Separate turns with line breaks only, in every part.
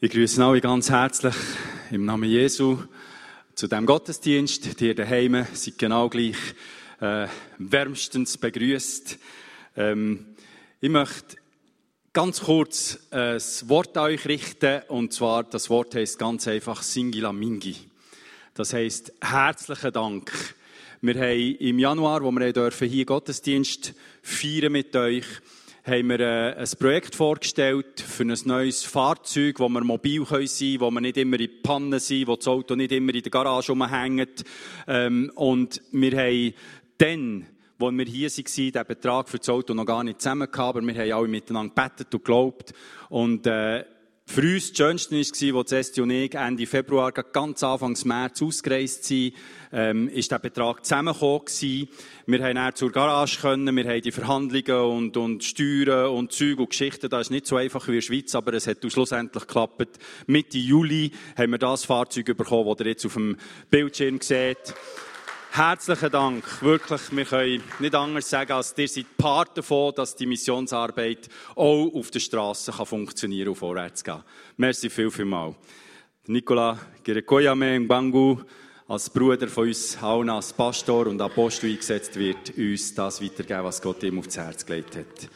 Ich grüße alle ganz herzlich im Namen Jesu zu diesem Gottesdienst. Die hier daheim sind genau gleich äh, wärmstens begrüßt. Ähm, ich möchte ganz kurz äh, ein Wort an euch richten und zwar das Wort heißt ganz einfach Singila Mingi. Das heißt herzlichen Dank. Wir haben im Januar, wo wir dürfen hier Gottesdienst feiern mit euch, haben wir äh, ein Projekt vorgestellt für ein neues Fahrzeug, wo wir mobil können sein können, wo wir nicht immer in die Panne sind, wo das Auto nicht immer in der Garage rumhängt. Ähm, und wir haben dann, als wir hier waren, den Betrag für das Auto noch gar nicht zusammen gehabt, aber wir haben alle miteinander gebetet und geglaubt. Und, äh, für uns das Schönste war, als Esti und ich Ende Februar, gerade ganz Anfangs März ausgereist sind, ähm, ist der Betrag zusammengekommen. gewesen. Wir haben dann zur Garage können, wir haben die Verhandlungen und, und Steuern und Züge und Geschichten, das ist nicht so einfach wie in der Schweiz, aber es hat schlussendlich geklappt. Mitte Juli haben wir das Fahrzeug bekommen, das ihr jetzt auf dem Bildschirm seht. Herzlichen Dank. Wirklich, wir können nicht anders sagen, als ihr seid Part davon, dass die Missionsarbeit auch auf der Straße kann funktionieren und vorwärts gehen. Merci viel, viel mal. Nicola Girekoyame Mbangu als Bruder von uns allen als Pastor und Apostel eingesetzt wird, uns das weitergeben, was Gott ihm aufs Herz gelegt hat.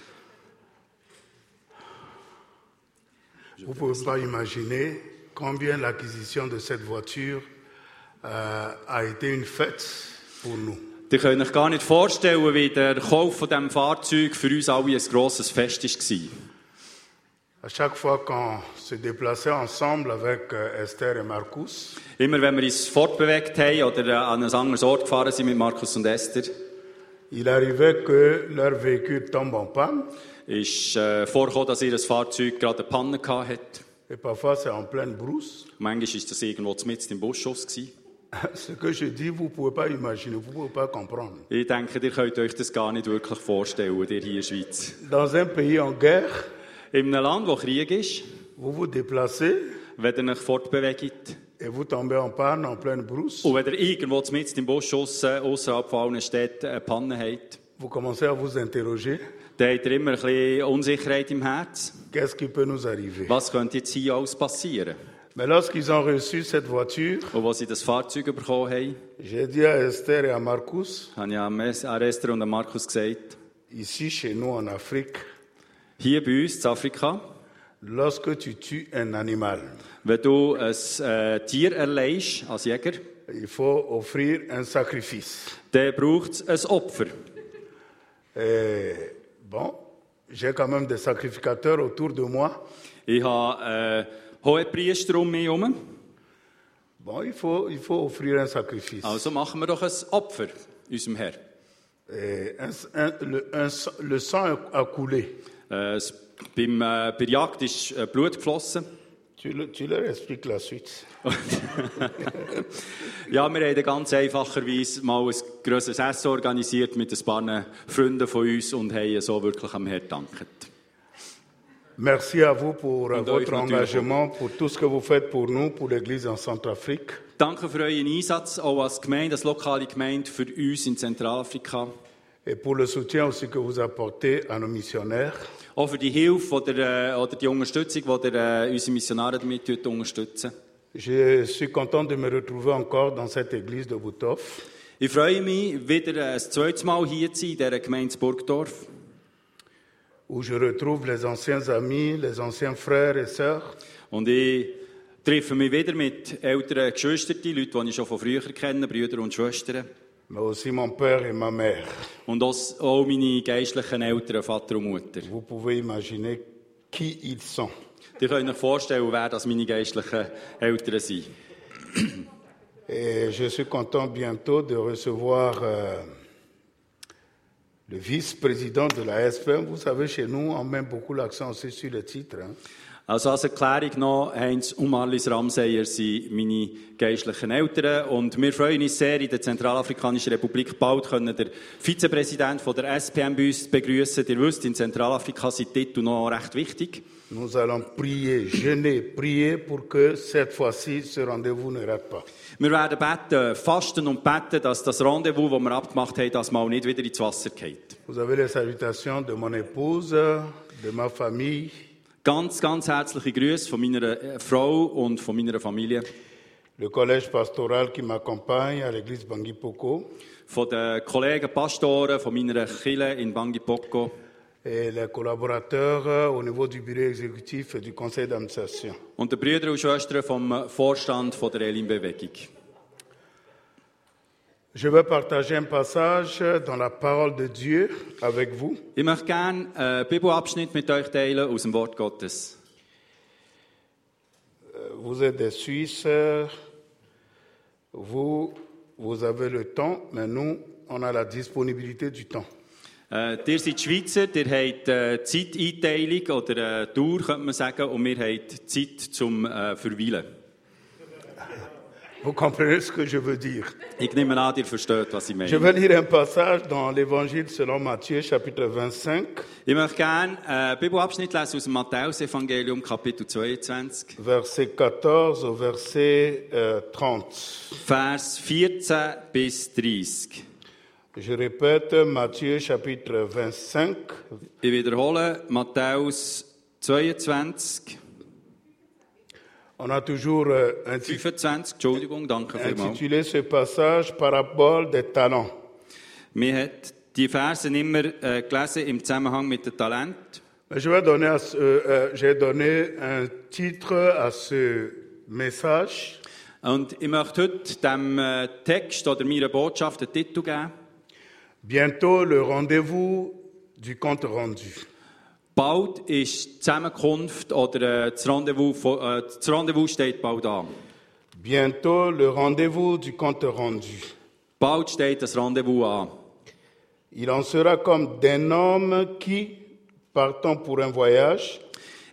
Vous ne pouvez pas imaginer combien l'acquisition de cette voiture euh, a été une fête pour nous.
Ihr könnt euch gar nicht vorstellen, wie der Kauf von diesem Fahrzeug für uns alle ein grosses Fest war.
À chaque fois qu'on se déplaçait ensemble avec euh, Esther et Marcus,
Immer wenn wir uns fortbewegt haben oder äh, an einen anderen Ort gefahren sind mit Markus und Esther,
il arrivait que leur véhicule tombe en panne
ist äh, vorgekommen, dass ihr das Fahrzeug gerade eine Panne gehabt hat.
et parfois c'est en pleine brousse.
Manchmal war das irgendwo mitten im Busch. Gewesen.
Ce que je dis, vous ne pouvez pas imaginer, vous ne pouvez pas comprendre.
Ich denke, ihr könnt euch das gar nicht wirklich vorstellen, ihr hier in der Schweiz.
Dans un pays en guerre,
In einem Land, wo Krieg ist,
vous vous déplacez
wenn ihr euch fortbewegt
et vous tombez en panne en pleine brousse.
und wenn ihr irgendwo mitten im Busch aussen, ausserhalb von allen Städten eine Panne habt,
Vous commencez à vous interroger,
dann habt ihr immer ein bisschen Unsicherheit im Herz.
qu'est-ce qui peut nous arriver
Was könnte jetzt hier alles passieren?
Mais lorsqu'ils ont reçu cette voiture,
Und als sie das Fahrzeug bekommen haben,
J'ai dit à Esther et à Marcus,
habe ich an Mes- an Esther und an Markus gesagt,
ici chez nous en Afrique,
hier bei uns in Afrika,
lorsque tu tues un animal,
wenn du ein äh, Tier erleihst als Jäger,
il faut offrir un sacrifice.
dann braucht es ein Opfer.
Et bon, j'ai quand même des sacrificateurs autour de moi.
Ich habe äh, hohe Priester um mich herum,
Bon, il faut, il faut offrir un sacrifice.
also machen wir doch ein Opfer unserem Herr.
Et un- un- le, un sang- le sang a coulé.
Äh, es, beim, äh, bei der Jagd ist äh, Blut geflossen.
Tu, le- tu leur expliques la suite.
Ja, wir haben dann ganz einfacherweise mal ein grösseres Essen organisiert mit ein paar Freunden von uns und haben so wirklich am Herrn gedankt.
Merci à vous pour euh,
On doit y
votre
faire du-
engagement, pour tout ce que vous faites pour nous, pour l'Église en Centrafrique.
Danke für euren Einsatz, auch als Gemeinde, als lokale Gemeinde, für uns in Zentralafrika.
et pour le soutien aussi que vous apportez à nos missionnaires.
Auch für die Hilfe oder, äh, oder die Unterstützung, die ihr, äh, unsere Missionare damit tut, unterstützen.
Je suis content de me retrouver encore dans cette église de Boutof.
Ich freue mich, wieder äh, ein zweites Mal hier zu sein, in dieser Gemeinde Burgdorf,
où je retrouve les anciens amis, les anciens frères et sœurs,
Und ich treffe mich wieder mit älteren Geschwistern, die Leute, die ich schon von früher kenne, Brüder und Schwestern.
mais aussi mon père et ma mère.
Und auch auch meine geistlichen Eltern, Vater und Mutter.
Vous pouvez imaginer qui ils sont.
Ihr könnt euch vorstellen, wer das meine geistlichen Eltern sind.
Et je suis content bientôt de recevoir euh, le vice-président de la SPM. Vous savez, chez nous, on met beaucoup l'accent aussi sur les titres. hein.
Also als Erklärung noch, Heinz und Marlis Ramseyer sind meine geistlichen Eltern und wir freuen uns sehr, in der Zentralafrikanischen Republik bald können der Vizepräsident von der SPM bei uns begrüßen. Ihr wisst, in Zentralafrika sind Titel noch recht wichtig.
Nous allons prier, jeûner, prier pour que cette fois-ci, ce rendez-vous ne rate pas.
Wir werden beten, fasten und beten, dass das Rendezvous, das wir abgemacht haben, das mal nicht wieder ins Wasser geht.
Vous avez les salutations de mon épouse, de ma famille,
Ganz, ganz herzliche Grüße von meiner äh, Frau und von meiner Familie,
le collège pastoral qui m'accompagne à l'église Bangui-Poko
von den Kollegen Pastoren, von meiner Chile in Bangipoko
et les collaborateurs euh, au niveau du bureau exécutif et du conseil d'administration.
und den Brüdern und Schwestern vom äh, Vorstand von der Elim-Bewegung.
Je vais partager un passage dans la parole de Dieu avec vous.
Ich möchte gerne einen Bibelabschnitt mit euch teilen aus dem Wort Gottes.
Vous êtes des Suisses, euh, vous, vous avez le temps, mais nous, on a la disponibilité du temps.
Äh, ihr seid Schweizer, ihr habt äh, Zeiteinteilung oder äh, Tour, könnte man sagen, und wir haben Zeit zum äh, Verweilen.
Vous comprenez ce que je veux dire.
Ich nehme an, ihr versteht, was ich
Je
meine.
vais lire un passage dans l'Évangile selon Matthieu, chapitre 25,
Ich möchte gerne einen Bibelabschnitt lesen aus dem Matthäus-Evangelium, Kapitel 22,
verset 14 au verset euh, 30.
Vers 14 bis 30.
Je répète, Matthieu, chapitre 25,
Ich wiederhole, Matthäus 22,
on a toujours euh, inti-
25, Entschuldigung, danke vielmals.
intitulé ce passage Parabole des talents.
Wir hat die Versen immer äh, gelesen im Zusammenhang mit dem Talent.
Mais Je vais donner, à ce- euh, euh, j'ai donné un titre à ce message,
Und ich möchte heute dem äh, Text oder meiner Botschaft einen Titel geben.
bientôt le rendez-vous du compte rendu.
Bald ist die Zusammenkunft oder äh, das, Rendezvous, von- äh, das Rendezvous steht bald an.
Bientôt le rendez-vous du compte rendu.
Bald steht das Rendezvous an.
Il en sera comme d'un homme qui, partant pour un voyage,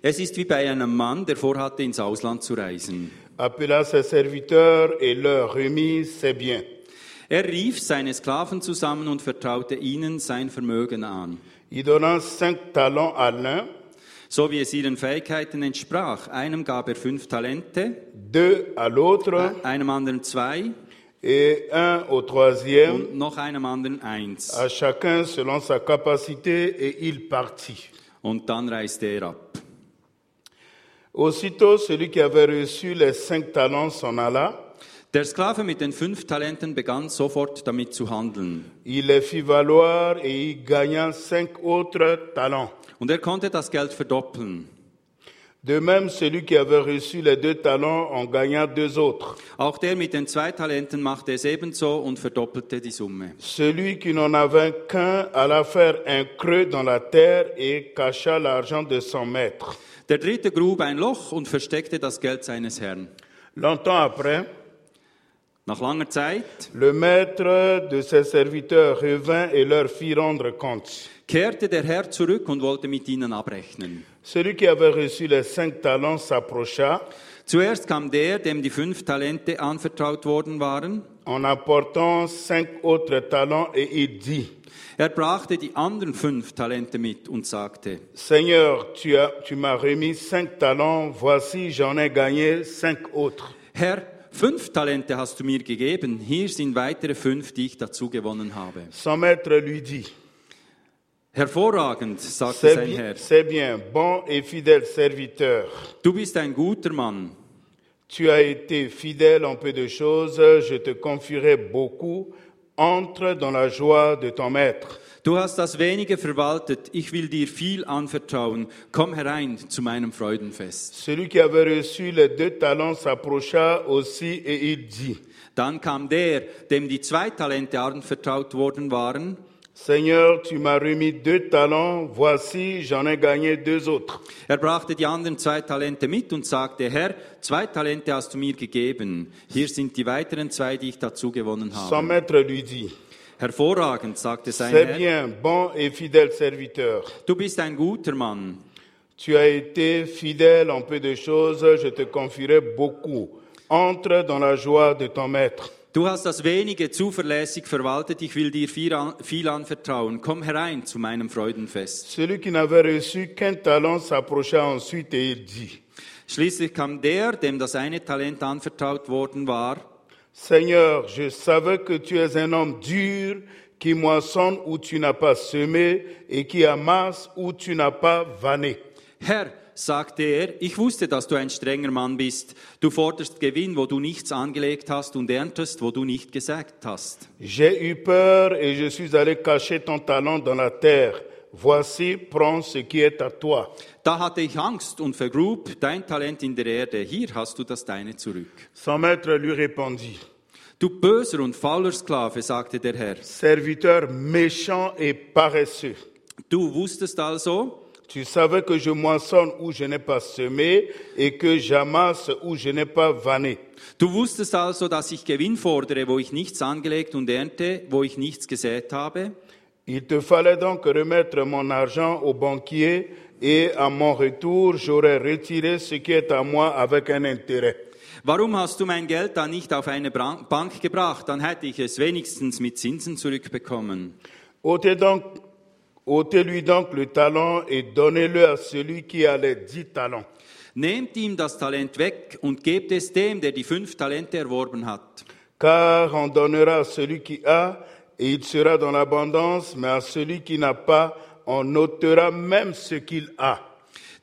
Es ist wie bei einem Mann, der vorhatte, ins Ausland zu reisen.
appela ses serviteurs et leur remit ses biens.
Er rief seine Sklaven zusammen und vertraute ihnen sein Vermögen an,
Il donna cinq talents à l'un,
so wie es ihren Fähigkeiten entsprach. Einem gab er fünf Talente,
deux à l'autre
einem anderen zwei
et un au troisième,
und noch einem anderen eins.
à chacun selon sa capacité, et il partit.
Und dann reiste er ab.
Aussitôt, celui qui avait reçu les cinq talents s'en alla.
Der Sklave mit den fünf Talenten begann sofort damit zu handeln.
Il les fit valoir et y gagna cinq autres talents.
Und er konnte das Geld verdoppeln.
De même, celui qui avait reçu les deux talents en gagna deux autres.
Auch der mit den zwei Talenten machte es ebenso und verdoppelte die Summe.
Celui qui n'en avait qu'un alla faire un creux dans la terre et cacha l'argent de son maître.
Der dritte grub ein Loch und versteckte das Geld seines Herrn.
Longtemps après,
Nach langer Zeit
le maître de ses serviteurs revint et leur fit rendre compte.
kehrte der Herr zurück und wollte mit ihnen abrechnen.
Celui qui avait reçu les cinq talents s'approcha
Zuerst kam der, dem die fünf Talente anvertraut worden waren.
en apportant cinq autres talents et il dit,
Er brachte die anderen fünf Talente mit und sagte,
Seigneur, tu, as- tu m'as remis cinq talents, voici j'en ai gagné cinq autres.
Herr, fünf Talente hast du mir gegeben, hier sind weitere fünf, die ich dazu gewonnen habe.
Son maître lui dit,
Hervorragend, sagte
C'est
sein
bien,
Herr,
c'est bien, bon et fidèle serviteur.
du bist ein guter Mann.
Tu as été fidèle en peu de choses, je te confierai beaucoup. Entre dans la joie de ton maître.
Du hast das wenige verwaltet, ich will dir viel anvertrauen. Komm herein zu meinem Freudenfest.
Celui qui avait reçu les deux talents s'approcha aussi et il dit,
Dann kam der, dem die zwei Talente anvertraut worden waren.
Seigneur, tu m'as remis deux talents, voici j'en ai gagné deux autres.
Er brachte die anderen zwei Talente mit und sagte, Herr, zwei Talente hast du mir gegeben. Hier sind die weiteren zwei, die ich dazu gewonnen
Son
habe.
maître lui dit,
Hervorragend, sagte sein
C'est
Herr,
bien, bon et fidèle serviteur.
du bist ein guter Mann.
Tu as été fidèle en peu de choses, je te confierai beaucoup. Entre dans la joie de ton maître.
Du hast das wenige zuverlässig verwaltet, ich will dir viel, an, viel anvertrauen. Komm herein zu meinem Freudenfest.
Celui qui n'avait reçu qu'un talent s'approcha ensuite et il dit,
Schließlich kam der, dem das eine Talent anvertraut worden war.
Seigneur, je savais que tu es un homme dur qui moissonne où tu n'as pas semé et qui amasse où tu n'as pas vanné.
Herr, sagte er, ich wusste, dass du ein strenger Mann bist. Du forderst Gewinn, wo du nichts angelegt hast und erntest, wo du nicht gesagt hast.
J'ai eu peur et je suis allé cacher ton talent dans la terre. Voici, prends ce qui est à toi.
Da hatte ich Angst und vergrub dein Talent in der Erde. Hier hast du das deine zurück.
Son maître lui répondit,
Du böser und fauler Sklave, sagte der Herr.
Serviteur méchant et paresseux,
Du wusstest also,
tu savais que je moissonne où je n'ai pas semé et que j'amasse où je n'ai pas vanné.
du wusstest also, dass ich Gewinn fordere, wo ich nichts angelegt und ernte, wo ich nichts gesät habe.
Il te fallait donc remettre mon argent au banquier et à mon retour, j'aurais retiré ce qui est à moi avec un intérêt.
Warum hast du mein Geld dann nicht auf eine Bran- Bank gebracht? Dann hätte ich es wenigstens mit Zinsen zurückbekommen.
Ôtez donc, ôtez-lui donc le talent et donnez-le à celui qui a les dix talents.
Nehmt ihm das Talent weg und gebt es dem, der die fünf Talente erworben hat.
Car on donnera à celui qui a et il sera dans l'abondance, mais à celui qui n'a pas, on ôtera même ce qu'il a.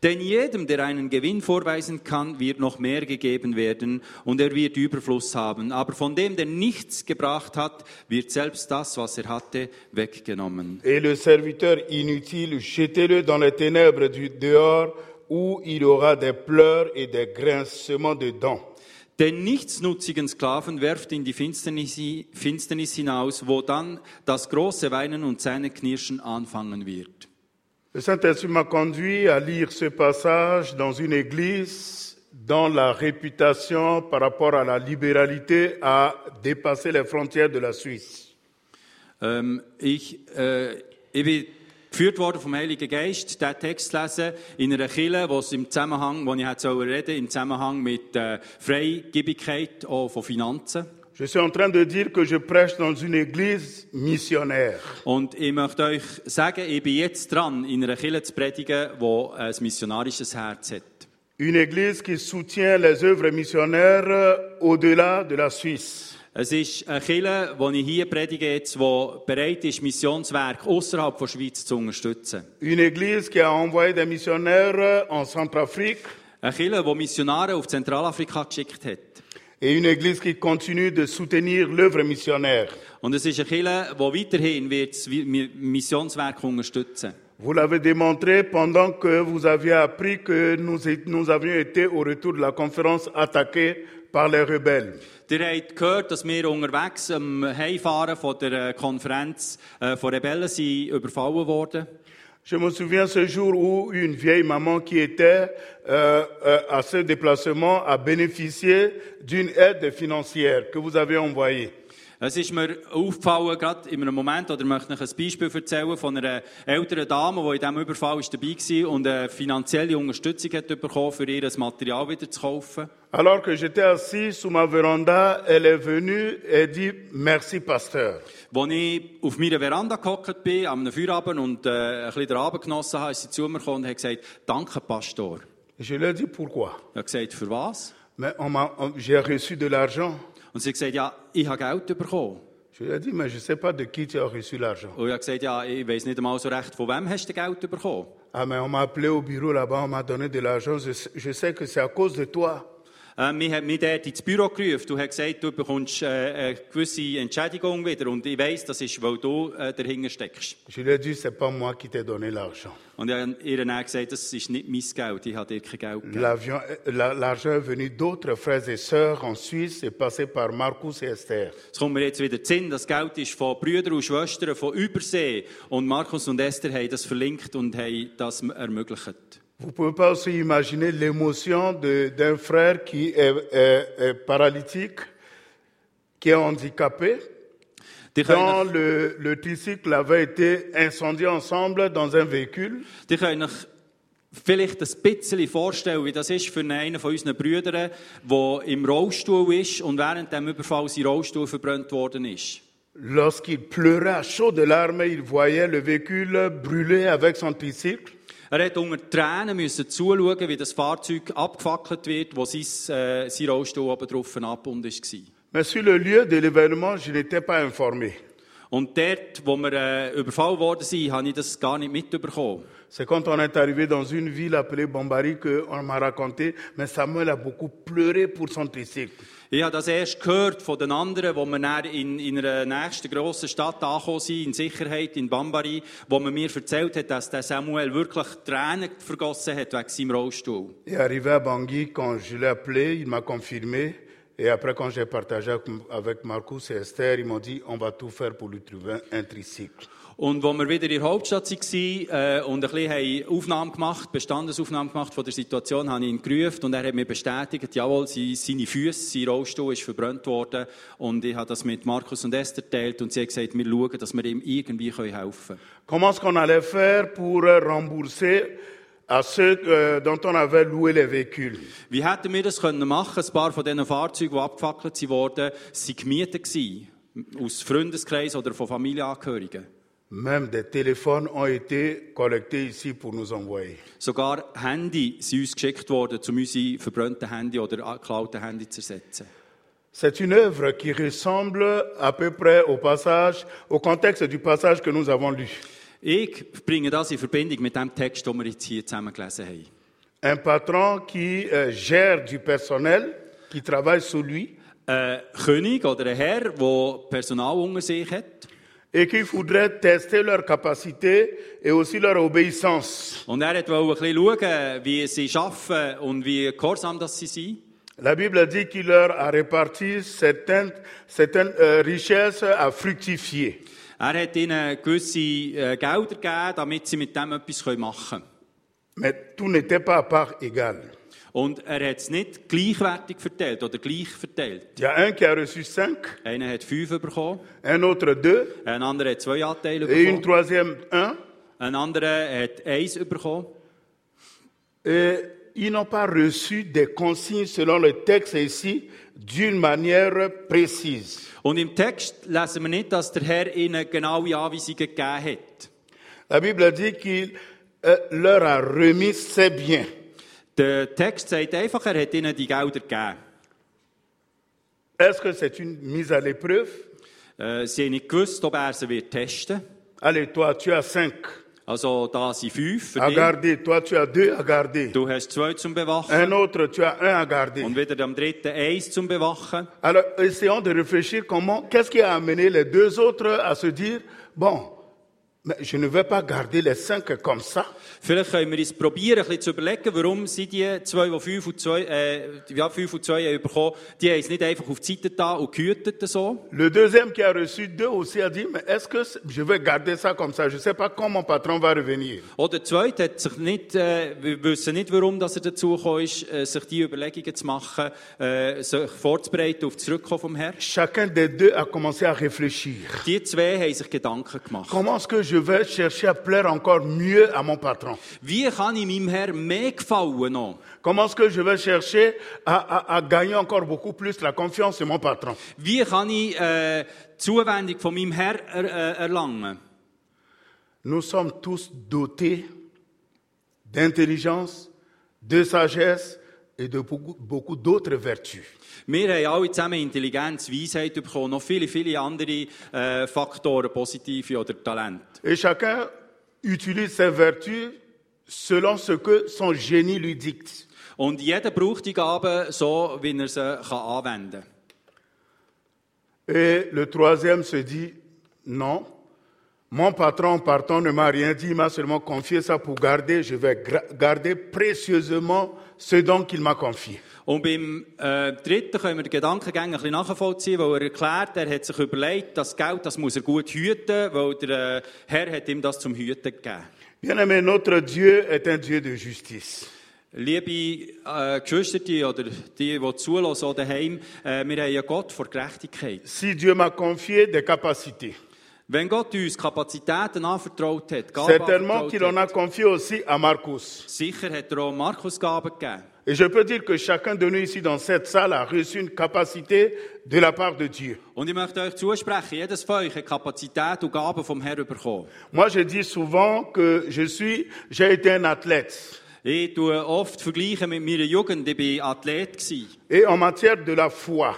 Denn jedem, der einen Gewinn vorweisen kann, wird noch mehr gegeben werden und er wird Überfluss haben. Aber von dem, der nichts gebracht hat, wird selbst das, was er hatte, weggenommen.
Et le serviteur inutile, jetez-le dans les ténèbres du dehors, où il aura des pleurs et des grincements de dents.
Den nichtsnutzigen Sklaven werft in die Finsternis, hi- Finsternis hinaus, wo dann das große Weinen und seine Knirschen anfangen wird.
Le Saint-Esprit m'a conduit à lire ce passage dans une église dont la réputation par rapport à la libéralité a dépassé les frontières de la Suisse.
Ähm, ich, äh, ich bin geführt worden vom Heiligen Geist, diesen Text lesen, in einer Kirche, wo es im Zusammenhang, wo ich hätte sollen reden, im Zusammenhang mit äh, Freigebigkeit auch von Finanzen.
Je suis en train de dire que je prêche dans une église missionnaire.
Und ich möchte euch sagen, ich bin jetzt dran, in einer Kirche zu predigen, die ein missionarisches Herz hat.
Une église qui soutient les œuvres missionnaires euh, au-delà de la Suisse.
Es ist eine Kirche, die ich hier predige, jetzt, die bereit ist, Missionswerk außerhalb der Schweiz zu unterstützen.
Une église qui a envoyé des missionnaires euh, en Centrafrique
Eine Kirche, die Missionare auf Zentralafrika geschickt hat.
et une église qui continue de soutenir l'œuvre missionnaire.
Und es ist eine Kirche, die weiterhin wird das Vi- Mi- Missionswerk unterstützen
Vous l'avez démontré pendant que vous aviez appris que nous, é- nous avions été au retour de la conférence attaqués par les rebelles.
Ihr habt gehört, dass wir unterwegs am Heimfahren von der äh, Konferenz äh, von Rebellen sind überfallen worden.
Je me souviens ce jour où une vieille maman qui était euh, euh, à ce déplacement a bénéficié d'une aide financière que vous avez envoyée.
Es ist mir aufgefallen, gerade in einem Moment, oder ich möchte euch ein Beispiel erzählen von einer älteren Dame, die in diesem Überfall ist dabei war und eine finanzielle Unterstützung hat bekommen, für ihr das Material wieder zu kaufen.
Alors que j'étais assis sous ma véranda, elle est venue et dit merci pasteur.
Als ich auf meiner Veranda gehockt bin, am Feierabend und äh, ein bisschen den Abend genossen habe, ist sie zu mir gekommen und hat gesagt, danke Pastor.
Je lui ai dit pourquoi.
Ich habe gesagt, für was?
Mais on m'a- on- j'ai reçu de l'argent.
Und sie hat gesagt, ja, ich habe Geld bekommen.
Je lui ai dit mais je ne sais pas de qui tu as reçu l'argent.
Und ich habe gesagt, ja, ich weiss nicht einmal so recht, von wem hast du Geld bekommen?
Ah, mais on m'a appelé au bureau là-bas, on m'a donné de l'argent, je, sais- je sais que c'est à cause de toi.
Äh, mir hat mich dort ins Büro gerufen und hat gesagt, du bekommst äh, eine gewisse Entschädigung wieder. Und ich weiss, das ist, weil du äh, dahinter steckst.
Je lui ai dit, c'est pas moi qui t'ai donné l'argent.
Und ich habe ihr dann gesagt, das ist nicht mein Geld, ich habe dir kein Geld gegeben.
L'avion- euh, la- L'argent est venu d'autres frères et sœurs en Suisse et passé par Marcus et Esther.
Es kommt mir jetzt wieder in den Sinn, das Geld ist von Brüdern und Schwestern von Übersee. Und Markus und Esther haben das verlinkt und haben das ermöglicht.
Vous pouvez pas aussi imaginer l'émotion de- d'un frère qui est, est- est paralytique, qui est handicapé,
Ihr könnt euch-
dont le, le tricycle avait été incendié ensemble dans un véhicule.
Ihr könnt euch vielleicht ein bisschen vorstellen, wie das ist für einen von unseren Brüdern, der im Rollstuhl ist und während dem Überfall sein Rollstuhl verbrannt worden ist.
Lorsqu'il pleurait à chaud de larmes, il voyait le véhicule brûler avec son tricycle.
Er hat unter Tränen müssen zuschauen, wie das Fahrzeug abgefackelt wird, wo sein, äh, sein Rollstuhl oben drauf und ab und war.
Mais sur le lieu de l'événement, je n'étais pas informé.
Und dort, wo wir äh, überfallen worden sind, habe ich das gar nicht mitbekommen.
C'est quand on est arrivé dans une ville appelée Bombari qu'on m'a raconté, mais Samuel a beaucoup pleuré pour son tricycle.
Ich habe das erst gehört von den anderen, wo wir dann in, in einer nächsten grossen Stadt angekommen sind, in Sicherheit, in Bambari, wo man mir erzählt hat, dass der Samuel wirklich Tränen vergossen hat wegen seinem Rollstuhl.
Et arrivé à Bangui, quand je l'ai appelé, il m'a confirmé. Et après, quand j'ai partagé avec Marcus et Esther, ils m'ont dit on va tout faire pour lui trouver un tricycle.
Und wo wir wieder in der Hauptstadt waren äh, und ein bisschen haben Aufnahmen gemacht, Bestandesaufnahmen gemacht von der Situation, habe ich ihn gerufen und er hat mir bestätigt, jawohl, sie, seine Füße, sein Rollstuhl ist verbrannt worden und ich habe das mit Markus und Esther geteilt und sie haben gesagt, wir schauen, dass wir ihm irgendwie können helfen können.
Comment est-ce qu'on allait faire pour rembourser à ceux euh, dont on avait loué les véhicules
Wie hätten wir das können machen? Ein paar von diesen Fahrzeugen, die abgefackelt wurden, waren gemietet. gewesen. Aus Freundeskreis oder von Familienangehörigen.
Même des téléphones ont été collectés ici pour nous envoyer.
Sogar Handy sind uns geschickt worden, um unsere verbrannten Handy oder geklauten Handy zu ersetzen.
C'est une œuvre qui ressemble à peu près au passage, au contexte du passage que nous avons lu.
Ich bringe das in Verbindung mit dem Text, den wir jetzt hier zusammen gelesen haben.
Un patron qui euh, gère du personnel, qui travaille sous lui,
Ein König oder ein Herr, der Personal unter sich hat.
et qui voudrait tester leur capacité et aussi leur obéissance.
Und er wollte ein bisschen schauen, wie sie arbeiten und wie gehorsam das sie sind.
La Bible dit qu'il leur a réparti certaines, certaines euh, richesses à fructifier.
Er hat ihnen gewisse äh, Gelder gegeben, damit sie mit dem etwas machen können.
Mais tout n'était pas à part égale.
Und er hat es nicht gleichwertig verteilt oder gleich verteilt.
Il y a un qui a reçu cinq,
Einer hat fünf bekommen,
un autre deux,
ein anderer hat zwei Anteile
et une
bekommen,
troisième un,
ein anderer hat eins bekommen.
et ils n'ont pas reçu des consignes selon le texte ici d'une manière précise.
Und im Text lesen wir nicht, dass der Herr ihnen genaue Anweisungen gegeben hat.
La Bible dit qu'il euh, leur a remis ses biens.
Der Text sagt einfach, er hat ihnen die Gelder gegeben.
Est-ce que c'est une mise à l'épreuve
Äh, sie haben nicht gewusst, ob er sie wird testen
Allez, toi, tu as cinq
Also da sind fünf für
à
dich.
garder. Toi, tu as deux à garder.
Du hast zwei zum Bewachen
Un autre, tu as un à garder.
und wieder am dritten eins zum Bewachen.
Alors, essayons de réfléchir comment, qu'est-ce qui a amené les deux autres à se dire, bon, mais je ne vais pas garder les cinq comme ça.
Vielleicht können wir uns probieren, ein bisschen zu überlegen, warum sind die zwei, die fünf und zwei, äh, ja, fünf und zwei haben bekommen, die haben es nicht einfach auf die Seite da und gehütet so.
Le deuxième qui a reçu deux aussi a dit, mais est-ce que c- je vais garder ça comme ça? Je ne sais pas quand mon patron va revenir.
Oder der Zweite hat sich nicht, äh, wir wissen nicht, warum dass er dazu gekommen ist, äh, sich diese Überlegungen zu machen, äh, sich vorzubereiten auf das Zurückkommen vom Herrn.
Chacun des deux a commencé à réfléchir.
Die zwei haben sich Gedanken gemacht.
Comment est-ce que je vais chercher à plaire encore mieux à mon patron?
Wie kann ich meinem Herrn mehr gefallen noch?
Comment est-ce que je vais chercher à, à- à gagner encore beaucoup plus la confiance de mon patron
Wie kann ich äh, die Zuwendung von meinem Herrn er, äh, erlangen?
Nous sommes tous dotés d'intelligence, de sagesse et de beaucoup, beaucoup d'autres vertus.
Wir haben alle zusammen Intelligenz, Weisheit bekommen, noch viele, viele andere äh, Faktoren, positive oder Talente.
Et chacun utilise ses vertus selon ce que son génie lui dicte.
Und jeder braucht die Gaben so, wie er sie kann anwenden kann.
Et le troisième se dit, non, mon patron en partant ne m'a rien dit, il m'a seulement confié ça pour garder, je vais gra- garder précieusement ce don qu'il m'a confié.
Und beim äh, dritten können wir die Gedankengänge ein bisschen nachvollziehen, weil er erklärt, er hat sich überlegt, das Geld, das muss er gut hüten, weil der äh, Herr hat ihm das zum Hüten gegeben.
Bien-aimé, notre Dieu est un Dieu de justice.
Liebe äh, Geschwister oder die, die zulassen auch daheim, äh, wir haben ja Gott vor Gerechtigkeit.
Si Dieu m'a confié des capacités,
Wenn Gott uns Kapazitäten anvertraut hat, Gaben
certainement
anvertraut
qu'il en
hat,
a confié aussi à Marcus.
sicher hat er auch Markus Gaben gegeben.
Et je peux dire que chacun de nous ici dans cette salle a reçu une capacité de la part de Dieu.
Und ich möchte euch zusprechen, jedes von euch hat Kapazität und Gaben vom Herrn bekommen.
Moi, je dis souvent que je suis, j'ai été un athlète.
Ich tue oft vergleichen mit meiner Jugend, ich war Athlet. Gewesen.
Et en matière de la foi,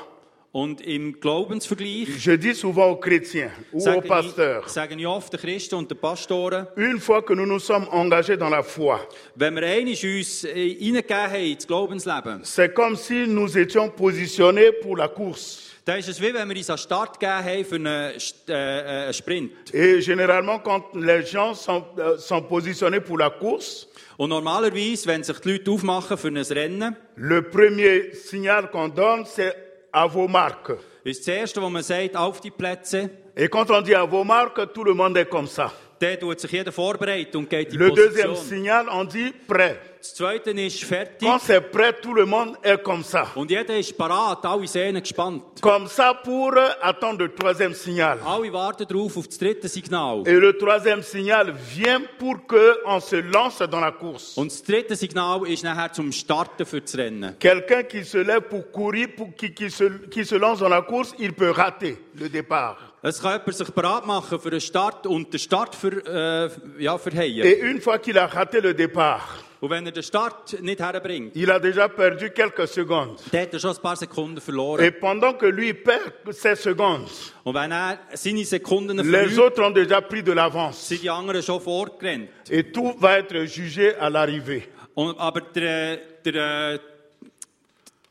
Und im Glaubensvergleich
Je dis souvent aux chrétiens ou aux
sage ich,
pasteurs,
sage ich oft den Christen und den Pastoren,
une fois que nous nous sommes engagés dans la foi,
wenn wir einmal uns äh, reingegeben haben ins Glaubensleben,
c'est comme si nous étions positionnés pour la course.
dann ist es wie wenn wir uns an den Start gegeben haben für einen, St- äh, äh, einen Sprint.
Et généralement, quand les gens sont, euh, sont positionnés pour la course,
Und normalerweise, wenn sich die Leute aufmachen für ein Rennen,
le premier signal qu'on donne, c'est à vos marques.
ist das Erste, was man sagt, auf die Plätze.
Et quand on dit à vos marques, tout le monde est comme ça.
Dann tut sich jeder vorbereitet und geht in die
Le deuxième
Position.
signal, on dit prêt.
Das Zweite ist fertig.
Quand c'est prêt, tout le monde est comme ça.
Und jeder ist parat, alle Sehnen gespannt.
Comme ça pour euh, attendre le troisième signal.
Alle warten darauf auf das dritte Signal.
Et le troisième signal vient pour que on se lance dans la course.
Und das dritte Signal ist nachher zum Starten für das Rennen.
Quelqu'un qui se lève pour courir, pour qui, qui se, qui se lance dans la course, il peut rater le départ.
Es kann jemand sich parat machen für den Start und den Start für, äh, ja, für
Et
Heien.
une fois qu'il a raté le départ,
Und wenn er den Start nicht herbringt,
il a déjà perdu quelques secondes.
dann hat er schon ein paar Sekunden verloren.
Et pendant que lui perd ses secondes,
Und wenn er seine Sekunden
les
verliert,
autres ont déjà pris de l'avance.
sind die anderen schon vorgerannt.
Et tout va être jugé à l'arrivée.
Und, aber der, äh, der, äh,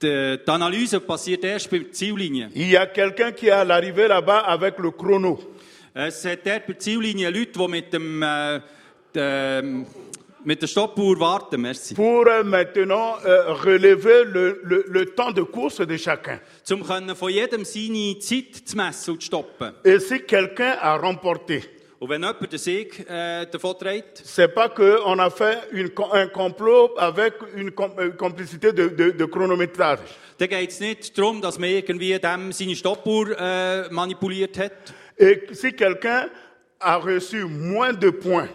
der, die Analyse passiert erst bei der Ziellinie.
Il y a quelqu'un qui est à l'arrivée là-bas avec le chrono.
Es hat dort bei der Ziellinie Leute, die mit dem, äh, dem mit der Stoppuhr warten. Merci.
pour euh, maintenant euh, relever le, le- le temps de course de chacun.
Um können von jedem seine Zeit zu messen und zu stoppen.
Et si quelqu'un a remporté,
Und wenn jemand den Sieg äh, davon trägt,
c'est pas que on a fait une co- un complot avec une com- euh, complicité de, de- de chronométrage.
dann geht es nicht darum, dass man irgendwie dem seine Stoppuhr äh, manipuliert hat.
Et si quelqu'un a reçu moins de points,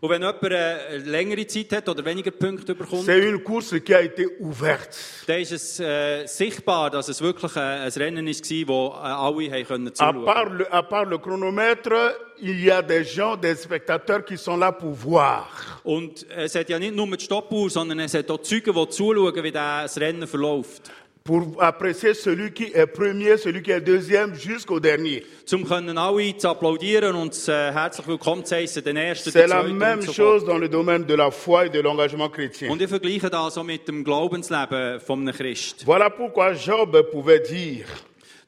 Und wenn jemand äh, längere Zeit hat oder weniger Punkte bekommt,
c'est une course qui a été ouverte.
dann ist es äh, sichtbar, dass es wirklich äh, ein Rennen war, wo äh, alle haben können
À
zuschauen
part, le, à part le chronomètre, il y a des gens, des spectateurs qui sont là pour voir.
Und es hat ja nicht nur die Stoppuhr, sondern es hat auch die Zeugen, die zuschauen, wie das Rennen verläuft.
Pour apprécier celui qui est premier, celui qui est deuxième, jusqu'au dernier.
Um können alle zu applaudieren und zu, äh, herzlich willkommen zu heißen, den ersten,
C'est
den
la
zweiten und
même
so fort.
chose dans le domaine de la foi et de l'engagement chrétien.
Und ich vergleiche das auch mit dem Glaubensleben von einem Christ.
Voilà pourquoi Job pouvait dire,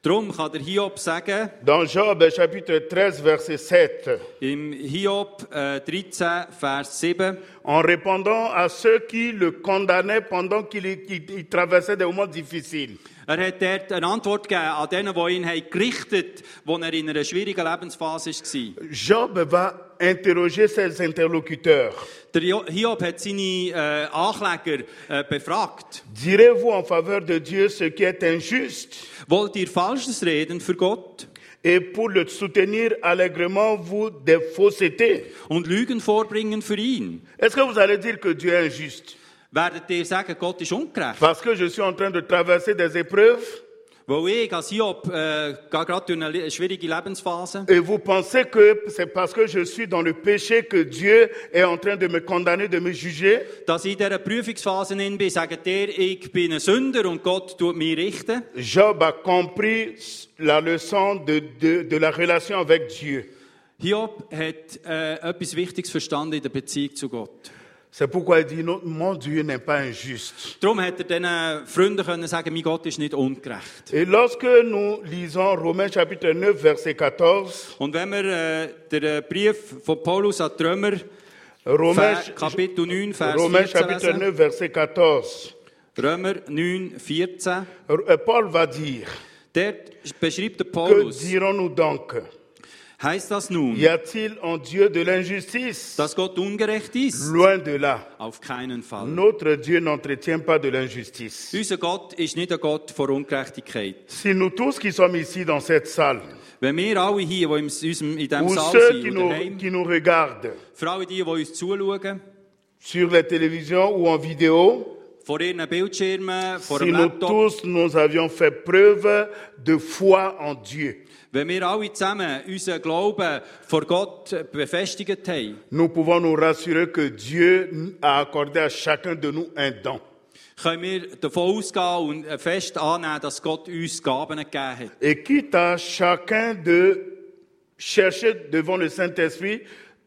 Darum kann der Hiob sagen,
dans Job chapitre 13, verset 7,
im Hiob äh, 13, Vers 7,
en répondant à ceux qui le condamnaient pendant qu'il qu'il- il traversait des moments difficiles.
er hat dort eine Antwort gegeben an denen, die ihn haben gerichtet haben, als er in einer schwierigen Lebensphase war.
Job va interroger ses interlocuteurs.
Der Jo- Hiob hat seine äh, Ankläger äh, befragt.
Direz-vous en faveur de Dieu ce qui est injuste
Wollt ihr Falsches reden für Gott
et pour le soutenir allègrement, vous, des faussetés
und Lügen vorbringen für ihn?
Est-ce que vous allez dire que Dieu est injuste
Werdet ihr sagen, Gott ist ungerecht?
Parce que je suis en train de traverser des épreuves
Weil ich als Hiob äh, gehe gerade durch eine le- schwierige Lebensphase.
Et vous pensez que c'est parce que je suis dans le péché que Dieu est en train de me condamner, de me juger
Dass ich in dieser Prüfungsphase drin bin, sagt ihr, ich bin ein Sünder und Gott tut mich richten.
Job a compris la leçon de, de, de la relation avec Dieu.
Hiob hat äh, etwas Wichtiges verstanden in der Beziehung zu Gott.
C'est pourquoi il dit, non, mon Dieu n'est pas injuste.
Darum hat er diesen Freunden können sagen, mein Gott ist nicht ungerecht.
Et lorsque nous lisons Romains chapitre 9, verset 14,
Und wenn wir äh, den äh, Brief von Paulus an die Römer,
Romains,
Ver- Kapitel 9, Vers
Romains
14
chapitre
lesen.
9, verset 14,
Römer 9, 14,
R- euh, Paul va dire,
Dort beschreibt der
que
Paulus,
dirons-nous donc
heißt das
Y
nun,
a-t-il en Dieu de l'injustice
dass Gott ungerecht ist?
Loin de là.
Auf keinen Fall.
Notre Dieu n'entretient pas de l'injustice.
Unser Gott ist nicht ein Gott von Ungerechtigkeit.
Si nous tous qui sommes ici dans cette salle,
Wenn wir alle hier, die in diesem, in diesem
ou
Saal
ceux qui
sind, oder
nous,
heim,
qui nous regardent
für alle die, die uns zuschauen,
sur la télévision ou en vidéo,
vor ihren Bildschirmen, vor
si
einem
nous
Laptop,
tous nous avions fait preuve de foi en Dieu,
wenn wir alle zusammen unseren Glauben vor Gott befestigt haben,
nous pouvons nous rassurer que Dieu a accordé à chacun de nous un don.
können wir davon ausgehen und fest annehmen, dass Gott uns Gaben gegeben hat.
Et quitte à chacun de chercher devant le Saint-Esprit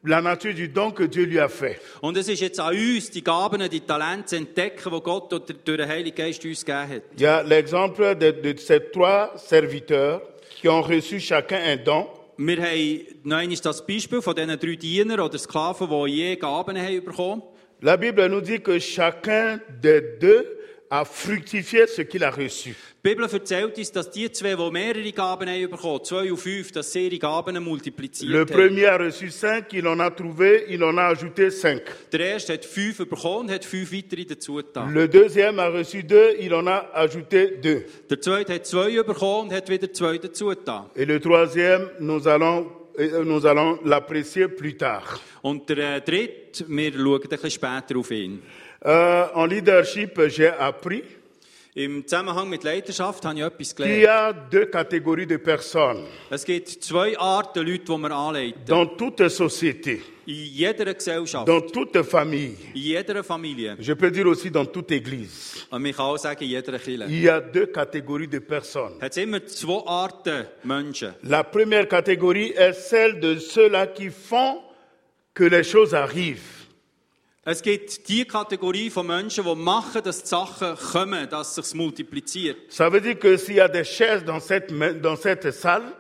la nature du don que Dieu lui a fait.
Und es ist jetzt an uns, die Gaben, die Talente zu entdecken, die Gott durch durch den Heiligen Geist uns gegeben hat.
Il y a l'exemple de, de ces trois serviteurs qui ont reçu chacun un don.
Wir haben noch einmal das Beispiel von diesen drei Dienern oder Sklaven, die je Gaben haben bekommen.
La Bible nous dit que chacun des deux a fructifié ce qu'il a reçu.
Die Bibel erzählt uns, dass die zwei, die mehrere Gaben haben bekommen, zwei und fünf, dass sie ihre Gaben multipliziert
Le
haben.
premier a reçu cinq, il en a trouvé, il en a ajouté cinq.
Der erste hat fünf bekommen und hat fünf weitere dazu getan.
Le deuxième a reçu deux, il en a ajouté deux.
Der zweite hat zwei bekommen und hat wieder zwei dazu getan.
Et le troisième, nous allons, euh, nous allons l'apprécier plus tard.
Und der äh, dritte, wir schauen ein bisschen später auf ihn.
Euh, en leadership, j'ai appris
Im Zusammenhang mit Leidenschaft habe ich etwas
qu'il y
gelernt.
a deux catégories de personnes
Es gibt zwei Arten Leute, die wir anleiten.
dans toute société,
In jeder Gesellschaft,
dans toute famille.
in jeder Familie.
Je peux dire aussi dans toute église.
Und man kann auch sagen, in jeder Kirche.
Il y a deux catégories de personnes.
Hat es immer zwei Arten Menschen.
La première catégorie est celle de ceux-là qui font que les choses arrivent.
Es gibt die Kategorie von Menschen, die machen, dass die Sachen kommen, dass es sich multipliziert.
Ça veut dire que s'il y a des chaises dans cette, ma- dans cette salle,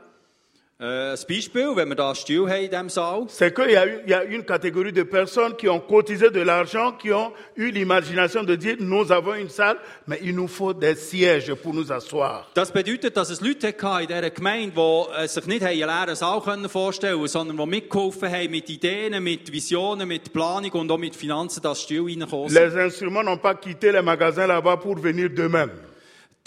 Äh, ein Beispiel, wenn wir da still haben in diesem Saal,
c'est qu'il y, a une- il y a une catégorie de personnes qui ont cotisé de l'argent, qui ont eu l'imagination de dire nous avons une salle, mais il nous faut des sièges pour nous asseoir.
das bedeutet, dass es Leute hatte in dieser Gemeinde, die äh, sich nicht haben einen leeren Saal können vorstellen konnten, sondern die mitgeholfen haben mit Ideen, mit Visionen, mit Planung und auch mit Finanzen, dass still reinkommen sind.
Les instruments n'ont pas quitté les magasins là-bas pour venir d'eux-mêmes.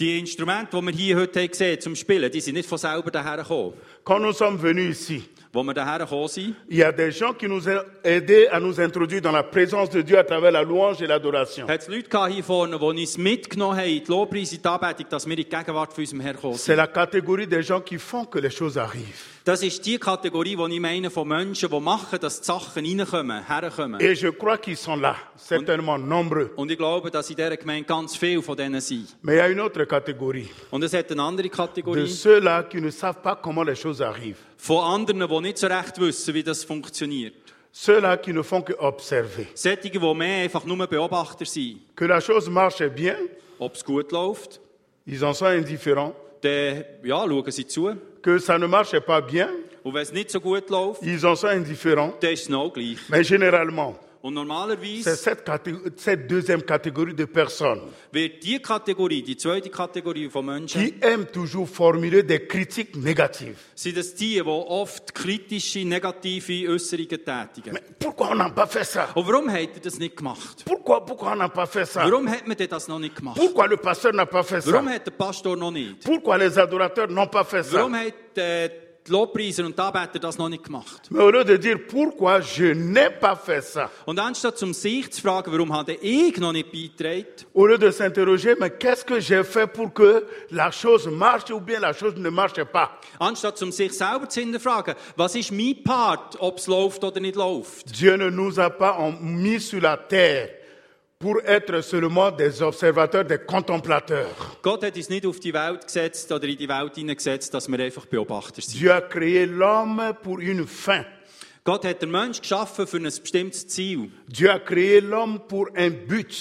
Die Instrumente, die wir hier heute haben gesehen zum Spielen, die sind nicht von selber daher gekommen.
Quand nous sommes venus ici,
Wo wir daher gekommen sind,
il y a des gens qui nous ont aidés à nous introduire dans la présence de Dieu à travers la louange et l'adoration.
hat es Leute gehabt hier vorne, die uns mitgenommen haben, in die Lobpreise, in die Anbetung, dass wir in die Gegenwart von unserem Herrn gekommen sind.
C'est la catégorie des gens qui font que les choses arrivent.
Das ist die Kategorie, die ich meine von Menschen, die machen, dass die Sachen reinkommen, herkommen.
Et je crois qu'ils sont là, certainement nombreux.
Und ich glaube, dass in dieser Gemeinde ganz viele von denen sind.
Mais il y a une autre catégorie,
Und es hat eine andere
de
Kategorie
ceux-là qui ne savent pas comment les choses arrivent.
von anderen, die nicht so recht wissen, wie das funktioniert.
Ceux-là qui ne font que observer.
Solche, die mehr einfach nur Beobachter sind.
Que la chose marche bien,
Ob es gut läuft,
ils en sont indifférents.
dann ja, schauen sie zu. Und
Que ça ne marche pas bien,
wenn es nicht so gut läuft,
ils en sont indifférents.
dann ist es noch gleich.
Mais généralement,
Und
c'est
normalerweise
cette, catég- cette deuxième catégorie de personnes
wird die Kategorie, die zweite Kategorie von Menschen,
qui aiment toujours formuler des critiques négatives.
sind es die, die oft kritische, negative Äußerungen tätigen.
Mais pourquoi on n'a pas fait ça
Und warum hat er das nicht gemacht?
Pourquoi, pourquoi on n'a pas fait ça
Warum hat man denn das noch nicht gemacht?
Pourquoi le pasteur n'a pas fait ça
Warum hat der Pastor noch nicht?
Pourquoi les adorateurs n'ont pas fait ça
Warum hat äh, die Lobpreiser und die Anbeter das noch nicht gemacht?
Mais au lieu de dire pourquoi je n'ai pas fait ça,
Und anstatt zum sich zu fragen, warum hat ich noch nicht beigetragen,
au lieu de s'interroger, mais qu'est-ce que j'ai fait pour que la chose marche ou bien la chose ne marche pas
anstatt zum sich selber zu hinterfragen, was ist mein Part, ob es läuft oder nicht läuft?
Dieu ne nous a pas en- mis sur la terre pour être seulement des observateurs, des contemplateurs.
Gott hat uns nicht auf die Welt gesetzt oder in die Welt hineingesetzt, dass wir einfach Beobachter sind.
Dieu a créé l'homme pour une fin.
Gott hat den Mensch geschaffen für ein bestimmtes Ziel.
Dieu a créé l'homme pour un but.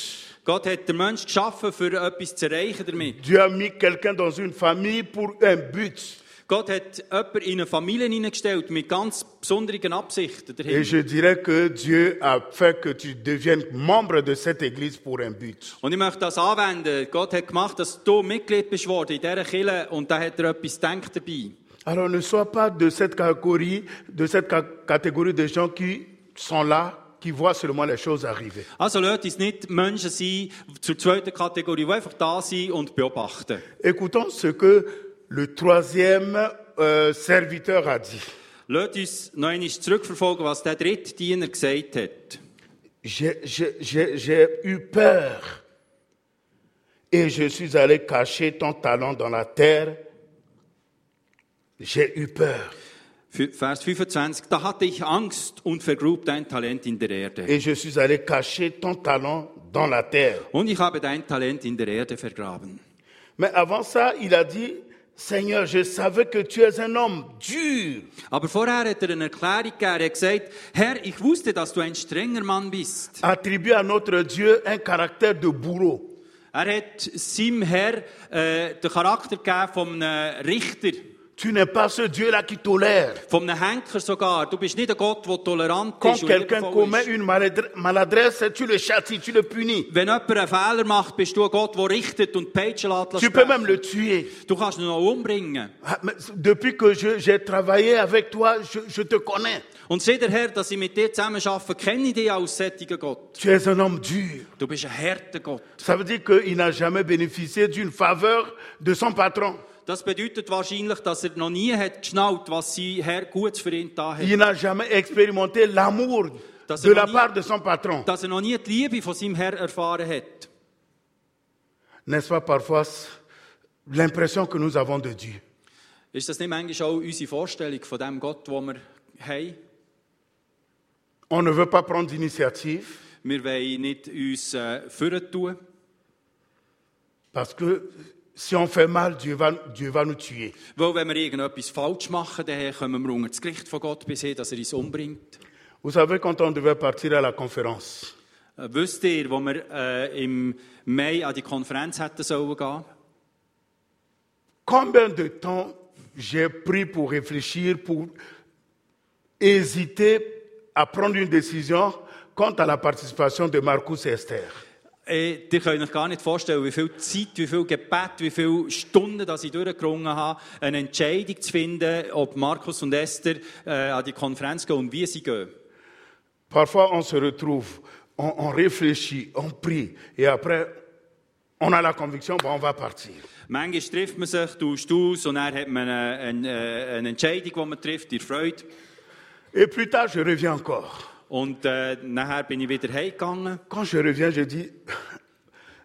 Gott hat den Mensch geschaffen, für etwas zu erreichen damit.
Dieu a mis quelqu'un dans une famille pour un but.
Gott hat jemanden in eine Familie hineingestellt mit ganz besonderen Absichten.
Et
dahinter.
je dirais que Dieu a fait que tu deviennes membre de cette église pour un but.
Und ich möchte das anwenden. Gott hat gemacht, dass du Mitglied bist worden in dieser Kirche und da hat er etwas gedacht dabei.
Alors ne sois pas de cette catégorie, de cette ca- catégorie de gens qui sont là, qui voient seulement les choses arriver.
Also lasst uns nicht Menschen sein zur zweiten Kategorie, die einfach da sind und beobachten.
Écoutons ce que le troisième euh, serviteur a dit.
Lasst uns noch einmal zurückverfolgen, was der dritte Diener gesagt hat.
J'ai- J'ai j'ai- j'ai eu peur et je suis allé cacher ton talent dans la terre. J'ai eu peur.
Fü- Vers 25, da hatte ich Angst und vergrub dein Talent in der Erde.
Et je suis allé cacher ton talent dans la terre.
Und ich habe dein Talent in der Erde vergraben.
Mais avant ça, il a dit, Seigneur, je savais que tu es un homme dur,
Aber vorher hat er eine Erklärung gegeben. Er hat gesagt, Herr, ich wusste, dass du ein strenger Mann bist.
attribue à notre Dieu un caractère de bourreau.
Er hat seinem Herr äh, den Charakter gegeben von einem Richter,
Tu n'es pas ce Dieu-là qui tolère.
von einem Henker sogar. Du bist nicht ein Gott, der tolerant
Quand
ist. und
quelqu'un
liebevoll
commet
ist.
une maladre- maladresse, tu le châties, tu le punis.
Wenn jemand einen Fehler macht, bist du ein Gott, der richtet und peitschen lässt.
Tu peux même le tuer.
Du kannst ihn auch umbringen.
Ah, mais Depuis que je- j'ai travaillé avec toi, je, je te connais.
Und seht der Herr, dass ich mit dir zusammen arbeite, kenne ich dich als sättigen Gott.
Tu es un homme dur.
Du bist ein härter Gott.
Ça veut dire qu'il n'a jamais bénéficié d'une faveur de son patron.
Das bedeutet wahrscheinlich, dass er noch nie hat geschnallt, was sein Herr gut für ihn da hat.
Il n'a jamais expérimenté l'amour
Dans ce
de la
monde-
part de son patron.
Dass er noch nie die Liebe von seinem Herr erfahren hat.
N'est-ce pas parfois l'impression que nous avons de Dieu
Ist das nicht manchmal auch unsere Vorstellung von dem Gott, den wir haben?
On ne veut pas prendre d'initiative
Wir wollen nicht uns äh, führen tun,
parce que si on fait mal, Dieu va, Dieu va nous tuer.
weil wenn wir irgendetwas falsch machen, dann kommen wir unter das Gericht von Gott bis hin, dass er uns umbringt.
Vous savez, quand on devait partir à la conférence,
Äh, Wisst ihr, wo wir äh, im Mai an die Konferenz hätten sollen gehen?
combien de temps j'ai pris pour réfléchir, pour hésiter à prendre une décision quant à la participation de Marcus et Esther
Äh, ihr könnt euch gar nicht vorstellen, wie viel Zeit, wie viel Gebet, wie viele Stunden dass ich durchgerungen habe, eine Entscheidung zu finden, ob Markus und Esther äh, an die Konferenz gehen und wie sie gehen.
Parfois, on se retrouve, on, on réfléchit, on prie, et après, on a la conviction, bon, on va partir.
Manchmal trifft man sich, tauscht aus und dann hat man eine, eine, eine Entscheidung, die man trifft, ihr Freude.
Et plus tard, je reviens encore.
Und äh, nachher bin ich wieder heimgegangen.
Quand je reviens, je dis,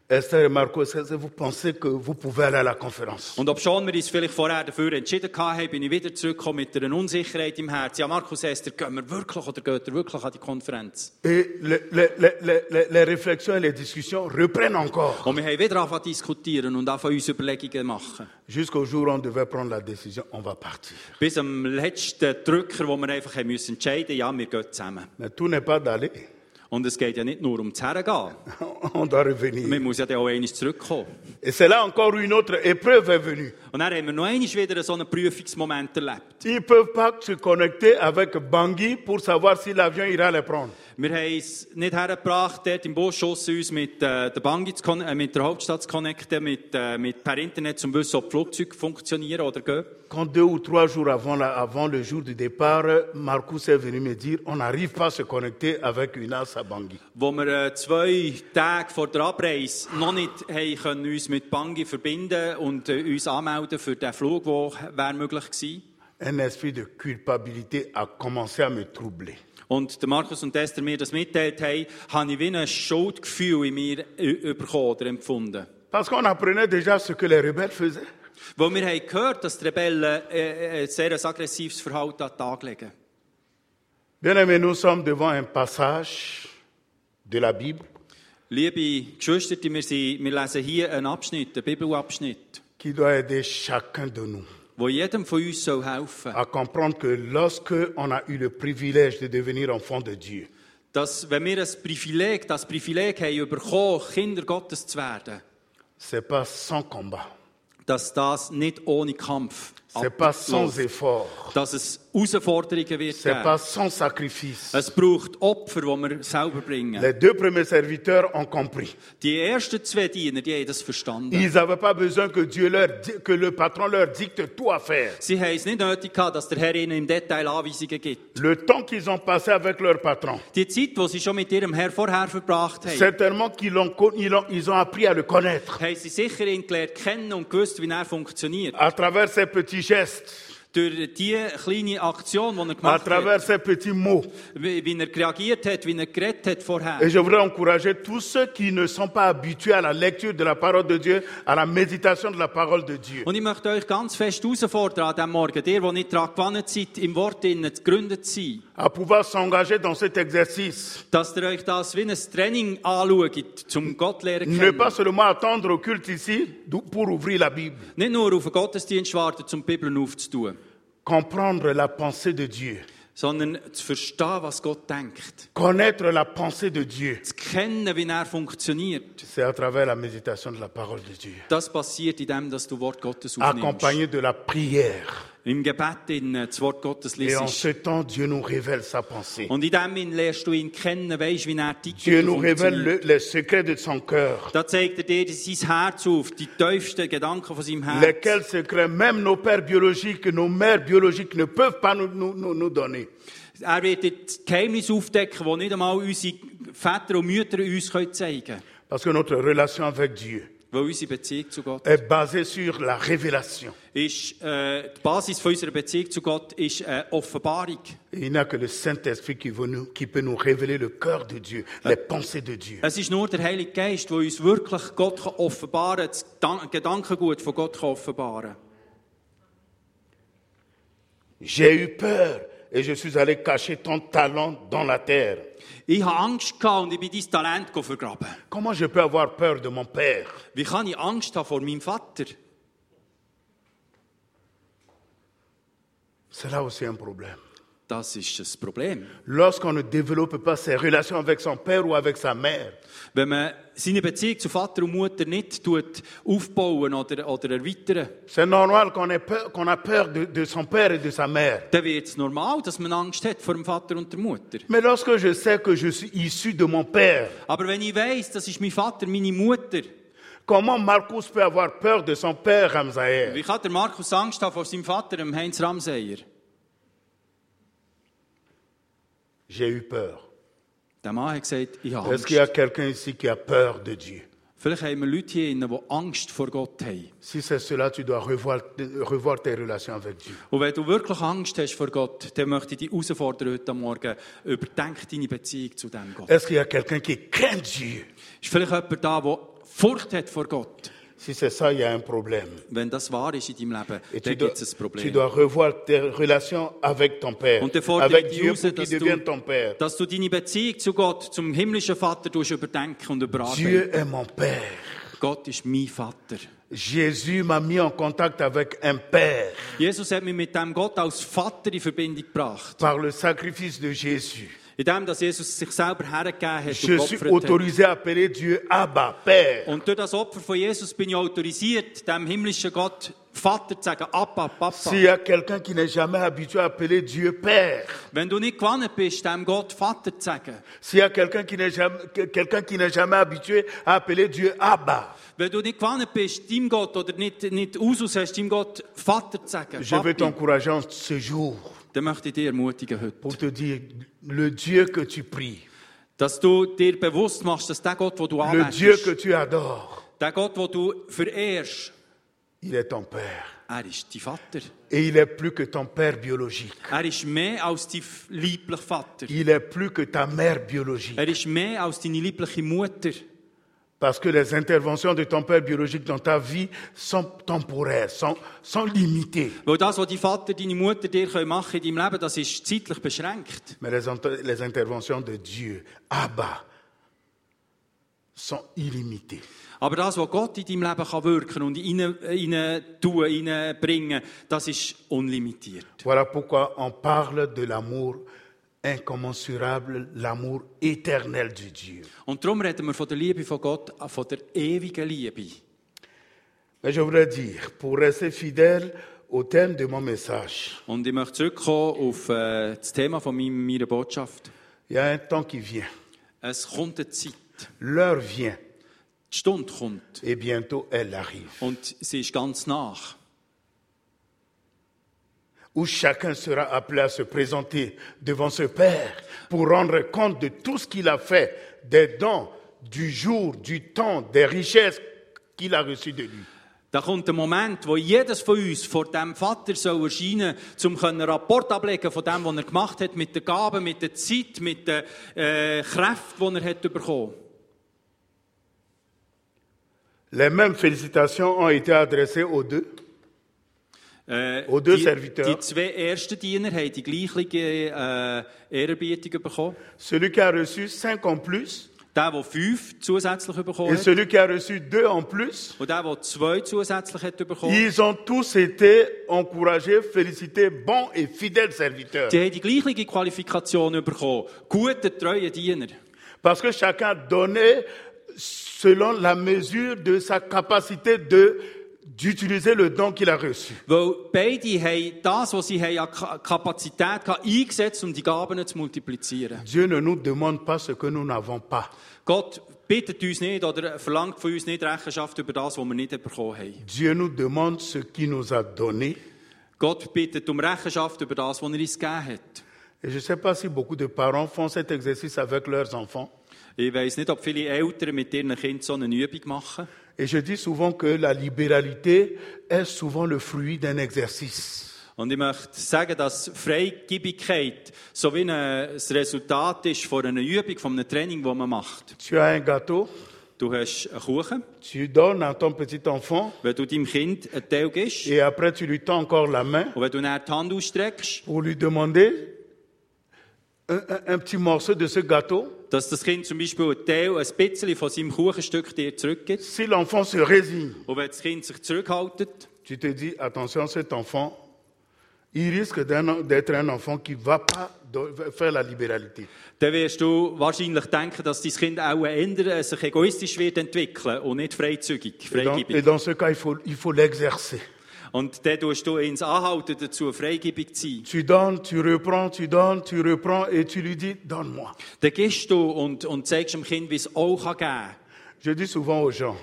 Esther et Marco, est-ce que vous pensez que vous pouvez aller à la conférence
Und obschon wir uns vielleicht vorher dafür entschieden haben, bin ich wieder zurückgekommen mit einer Unsicherheit im Herzen. Ja, Markus Esther, gehen wir wirklich oder geht ihr wirklich an die Konferenz?
Et les, les- les- les- les- les réflexions et les discussions reprennent encore.
Und wir haben wieder angefangen zu diskutieren und angefangen uns Überlegungen machen.
Jusqu'au jour où on devait prendre la décision, on va partir.
Bis am letzten Drücker, wo wir einfach haben müssen entscheiden mussten, ja, wir gehen zusammen.
Mais tout n'est pas d'aller,
Und es geht ja nicht nur ums Hergehen.
on doit
Man
revenir.
muss ja dann auch einmal zurückkommen.
Et c'est là encore où une autre épreuve est venue.
Und dann haben wir noch einmal wieder so einen Prüfungsmoment erlebt.
Ils ne peuvent pas se connecter avec Bangui pour savoir si l'avion ira les prendre.
Wir haben es nicht hergebracht, dort im Busschuss uns mit, äh, der Bangi zu con- äh, mit der Hauptstadt zu connecten, mit, äh, mit per Internet, um zu wissen, ob die Flugzeuge funktionieren oder gehen.
Quand deux ou trois jours avant, la- avant le jour du départ, Marcus est venu me dire on n'arrive pas à se connecter avec UNAS à Bangui.
Wo wir äh, zwei Tage vor der Abreise noch nicht haben können, uns mit Bangi verbinden und äh, uns anmelden für den Flug, der wäre möglich gewesen.
Un esprit de culpabilité a commencé à me troubler.
Und der Markus und Esther mir das mitteilt haben, habe ich wie ein Schuldgefühl in mir äh, bekommen oder empfunden.
Parce qu'on apprenait déjà ce que les rebelles faisaient.
Weil wir haben gehört, dass die Rebellen äh, äh, sehr ein aggressives Verhalten an den Tag legen.
Bien aimés, nous sommes devant un passage de la Bible
Liebe Geschwister, wir, sind, wir lesen hier einen Abschnitt, einen Bibelabschnitt,
qui doit aider chacun de nous
wo jedem von uns soll helfen soll.
à comprendre que lorsque on a eu le privilège de devenir enfant de Dieu,
Dass, wenn wir das Privileg, das Privileg haben bekommen, Kinder Gottes zu werden,
c'est pas sans combat,
dass das nicht ohne Kampf
c'est pas sans
abläuft.
effort,
Dass es Herausforderungen wird
c'est
geben.
pas sans sacrifice.
Es braucht Opfer, die wir selber bringen.
Les deux premiers serviteurs ont compris.
Die ersten zwei Diener, die haben das verstanden.
Ils n'avaient pas besoin que Dieu leur di- que le patron leur dicte tout à faire.
Sie haben es nicht nötig gehabt, dass der Herr ihnen im Detail Anweisungen gibt.
Le temps qu'ils ont passé avec leur patron,
Die Zeit, die sie schon mit ihrem Herr vorher verbracht haben,
certainement qu'ils l'ont con- ils l'ont- ils ont appris à le connaître
haben sie sicher ihn gelernt kennen und gewusst, wie er funktioniert.
à travers ses petits gestes,
durch diese kleine Aktion, die er
à
gemacht hat,
travers ces petits mots.
wie, wie er reagiert hat, wie er geredet hat
Et
vorher.
je voudrais encourager tous ceux qui ne sont pas habitués à la lecture de la parole de Dieu, à la méditation de la parole de Dieu.
Und ich möchte euch ganz fest herausfordern an diesem Morgen, ihr, die nicht daran gewonnen seid, im Wort innen zu gründet zu sein,
à pouvoir s'engager dans cet exercice.
dass ihr euch das wie ein Training anschaut, zum Gott lernen
Ne
kennen.
pas seulement attendre au culte ici d'ou- pour ouvrir la Bible,
Nicht nur auf den Gottesdienst warten, zum die Bibel aufzutun,
comprendre la pensée de Dieu,
sondern zu verstehen, was Gott denkt.
connaître la pensée de Dieu.
Zu kennen, wie er funktioniert.
C'est à travers la méditation de la parole de Dieu,
Das passiert in dem, dass du Wort Gottes aufnimmst.
accompagné de la prière.
Im Gebet in äh, das Wort Gottes
Et en
liest.
ce temps, Dieu nous révèle sa pensée.
Und in dem hin lernst du ihn kennen, weisst, wie er tickt.
Dieu
und
nous révèle
funktioniert.
le- les secrets de son cœur,
Da zeigt er dir sein Herz auf, die tiefsten Gedanken von seinem Herz.
lesquels secrets même nos pères biologiques, nos mères biologiques ne peuvent pas nous- nous- nous- nous donner.
Er wird dir das Geheimnis aufdecken, das nicht einmal unsere Väter und Mütter uns können zeigen können.
Parce que notre relation avec Dieu
Weil unsere Beziehung zu Gott
est basée sur la révélation.
ist, äh, die Basis von unserer Beziehung zu Gott ist äh, Offenbarung.
Et il n'y a que le Saint-Esprit qui, veut nous- qui peut nous révéler le cœur de Dieu, les pensées de Dieu.
Es ist nur der Heilige Geist, der uns wirklich Gott kann offenbaren kann, das Gedan- Gedankengut von Gott kann offenbaren kann.
J'ai eu peur et je suis allé cacher ton talent dans la terre.
Ich habe Angst gehabt und ich bin dein Talent go vergraben.
Comment je peux avoir peur de mon Père
Wie kann ich Angst haben vor meinem Vater?
C'est là aussi un problème.
Das ist ein Problem.
Lorsqu'on ne développe pas ses relations avec son Père ou avec sa mère,
Wenn man seine Beziehung zu Vater und Mutter nicht tut, aufbauen oder, oder erweitern,
c'est normal qu'on ait peur- qu'on a peur de, de son Père et de sa mère.
dann wird es normal, dass man Angst hat vor dem Vater und der Mutter.
Mais lorsque je sais que je suis issu de mon Père,
Aber wenn ich weiss, das ist mein Vater, meine Mutter,
comment Marcus peut avoir peur de son Père, Ramsaer
wie kann der Markus Angst haben vor seinem Vater, dem Heinz Ramseyer?
J'ai eu peur.
Der Mann hat gesagt, ich habe
Est-ce qu'il y a
Angst.
quelqu'un ici qui a peur de Dieu
Vielleicht haben wir Leute hier, drin, die Angst vor Gott haben.
Si c'est cela, tu dois revoir, revoir tes relations avec Dieu.
Und wenn du wirklich Angst hast vor Gott, dann möchte ich dich herausfordern heute Morgen, überdenk deine Beziehung zu dem Gott.
Est-ce qu'il y a quelqu'un qui craint Dieu
Ist vielleicht jemand da, der Furcht hat vor Gott?
Si c'est ça, il y a un problème.
Wenn das wahr ist in deinem Leben,
Et tu
dann
dois,
gibt es ein
tu
Problem.
dois revoir tes relations avec ton Père,
Und dann fordere
avec
ich dich
Dieu
heraus,
pour qu'il
dass
devienne ton
du,
Père.
dass du deine Beziehung zu Gott, zum himmlischen Vater, tust überdenken und überarbeiten.
Dieu est mon Père.
Gott ist mein Vater.
Jésus m'a mis en contact avec un Père
Jesus hat mich mit dem Gott als Vater in Verbindung gebracht.
par le sacrifice de Jésus.
In dem, dass Jesus sich selber hergegeben hat
Je
und
suis
geopfert hat.
autorisé à appeler Dieu Abba, Père.
Und durch das Opfer von Jesus bin ich autorisiert, dem himmlischen Gott Vater zu sagen, Abba, Papa.
S'il y a quelqu'un qui n'est jamais habitué à appeler Dieu Père,
Wenn du nicht gewonnen bist, dem Gott Vater zu sagen,
S'il y a quelqu'un qui n'est jamais, que- quelqu'un qui n'est jamais habitué à appeler Dieu Abba,
wenn du nicht gewonnen bist, deinem Gott oder nicht, nicht Usus hast, deinem Gott Vater zu sagen,
je veux
Papi,
t'encourager en ce jour
dann möchte ich dich ermutigen heute,
pour te dire le Dieu que tu pries,
dass du dir bewusst machst, dass der Gott, den du
le Dieu que
anwendest,
tu adores,
der Gott, den du verehrst,
il est ton Père.
er ist dein Vater.
Et il est plus que ton Père biologique.
Er ist mehr als dein lieblicher Vater.
Il est plus que ta mère biologique.
Er ist mehr als deine liebliche Mutter.
Parce que les interventions de ton Père biologique dans ta vie sont temporaires, sont, sont limitées.
Weil das, was dein Vater, deine Mutter dir können machen in deinem Leben, das ist zeitlich beschränkt.
Mais les, inter- les interventions de Dieu, Abba, sont illimitées.
Aber das, was Gott in deinem Leben kann wirken und rein, rein tun, reinbringen, das ist unlimitiert.
Voilà pourquoi on parle de l'amour incommensurable, l'amour éternel du Dieu.
Und darum reden wir von der Liebe von Gott, äh, von der ewigen Liebe.
Mais je voudrais dire, pour rester fidèle au thème de mon message,
Und ich möchte zurückkommen auf äh, das Thema von meinem- meiner Botschaft.
il y a un temps qui vient,
Es kommt eine Zeit.
l'heure vient,
Die Stunde kommt.
et bientôt elle arrive,
Und sie ist ganz nach.
où chacun sera appelé à se présenter devant ce Père pour rendre compte de tout ce qu'il a fait, des dons, du jour, du temps, des richesses qu'il a reçues de lui.
Da kommt der Moment, wo jedes von uns vor dem Vater soll erscheinen soll, um einen Rapport ablegen von dem, was er gemacht hat, mit der Gabe, mit der Zeit, mit der äh, Kraft, die er hat bekommen
Les mêmes félicitations ont été adressées aux deux.
Äh,
Oh, der
die,
Serviteur.
die zwei ersten Diener haben die gleiche äh, Ehrerbietung bekommen.
Celui qui a reçu cinq en plus
Der, der fünf zusätzlich bekommen
et
hat
celui qui a reçu deux en plus,
und der, der zwei zusätzlich hat bekommen
ils ont tous été encouragés, félicités, bons et fidèles serviteurs.
Die haben die gleiche Qualifikation bekommen. Guter, treuer Diener.
Parce que chacun donnait selon la mesure de sa capacité de d'utiliser le don qu'il a reçu.
Weil beide haben das, was sie haben an Ka- Kapazität hatten, eingesetzt, um die Gaben zu multiplizieren.
Dieu ne nous demande pas ce que nous n'avons pas.
Gott bittet uns nicht oder verlangt von uns nicht Rechenschaft über das, was wir nicht bekommen haben.
Dieu nous demande ce qu'il nous a donné.
Gott bittet um Rechenschaft über das, was er uns gegeben hat.
Et je ne sais pas si beaucoup de parents font cet exercice avec leurs enfants.
Ich weiss nicht, ob viele Eltern mit ihren Kindern so eine Übung machen.
Et je dis souvent que la libéralité est souvent le fruit d'un exercice.
Und ich möchte sagen, dass Freigebigkeit so wie ein das Resultat ist von einer Übung, von einem Training, das man macht.
Tu as un gâteau,
Du hast einen Kuchen.
tu donnes à ton petit enfant
Wenn du deinem Kind einen Teil gibst
et après tu lui tends encore la main
und wenn du dann die Hand ausstreckst,
pour lui demander un, un- un petit morceau de ce gâteau.
dass das Kind zum Beispiel einen Teil, ein bisschen von seinem Kuchenstück dir zurückgibt
Si l'enfant se résigne,
und wenn das Kind sich zurückhaltet,
tu te dis attention, cet enfant, il risque d'un- d'être un enfant qui ne va pas do- faire la libéralité.
dann wirst du wahrscheinlich denken, dass dein Kind auch ändern, sich egoistisch wird entwickeln und nicht freizügig,
Et dans, et
freigebig.
dans ce cas, il faut il faut l'exercer.
Und dann tust du ins Anhalten dazu, freigebig zu sein.
tu donnes, tu reprends, tu donnes, tu reprends et tu lui dis donne-moi.
Dann gibst du und, und zeigst dem Kind, wie es auch geben kann.
Je dis souvent aux gens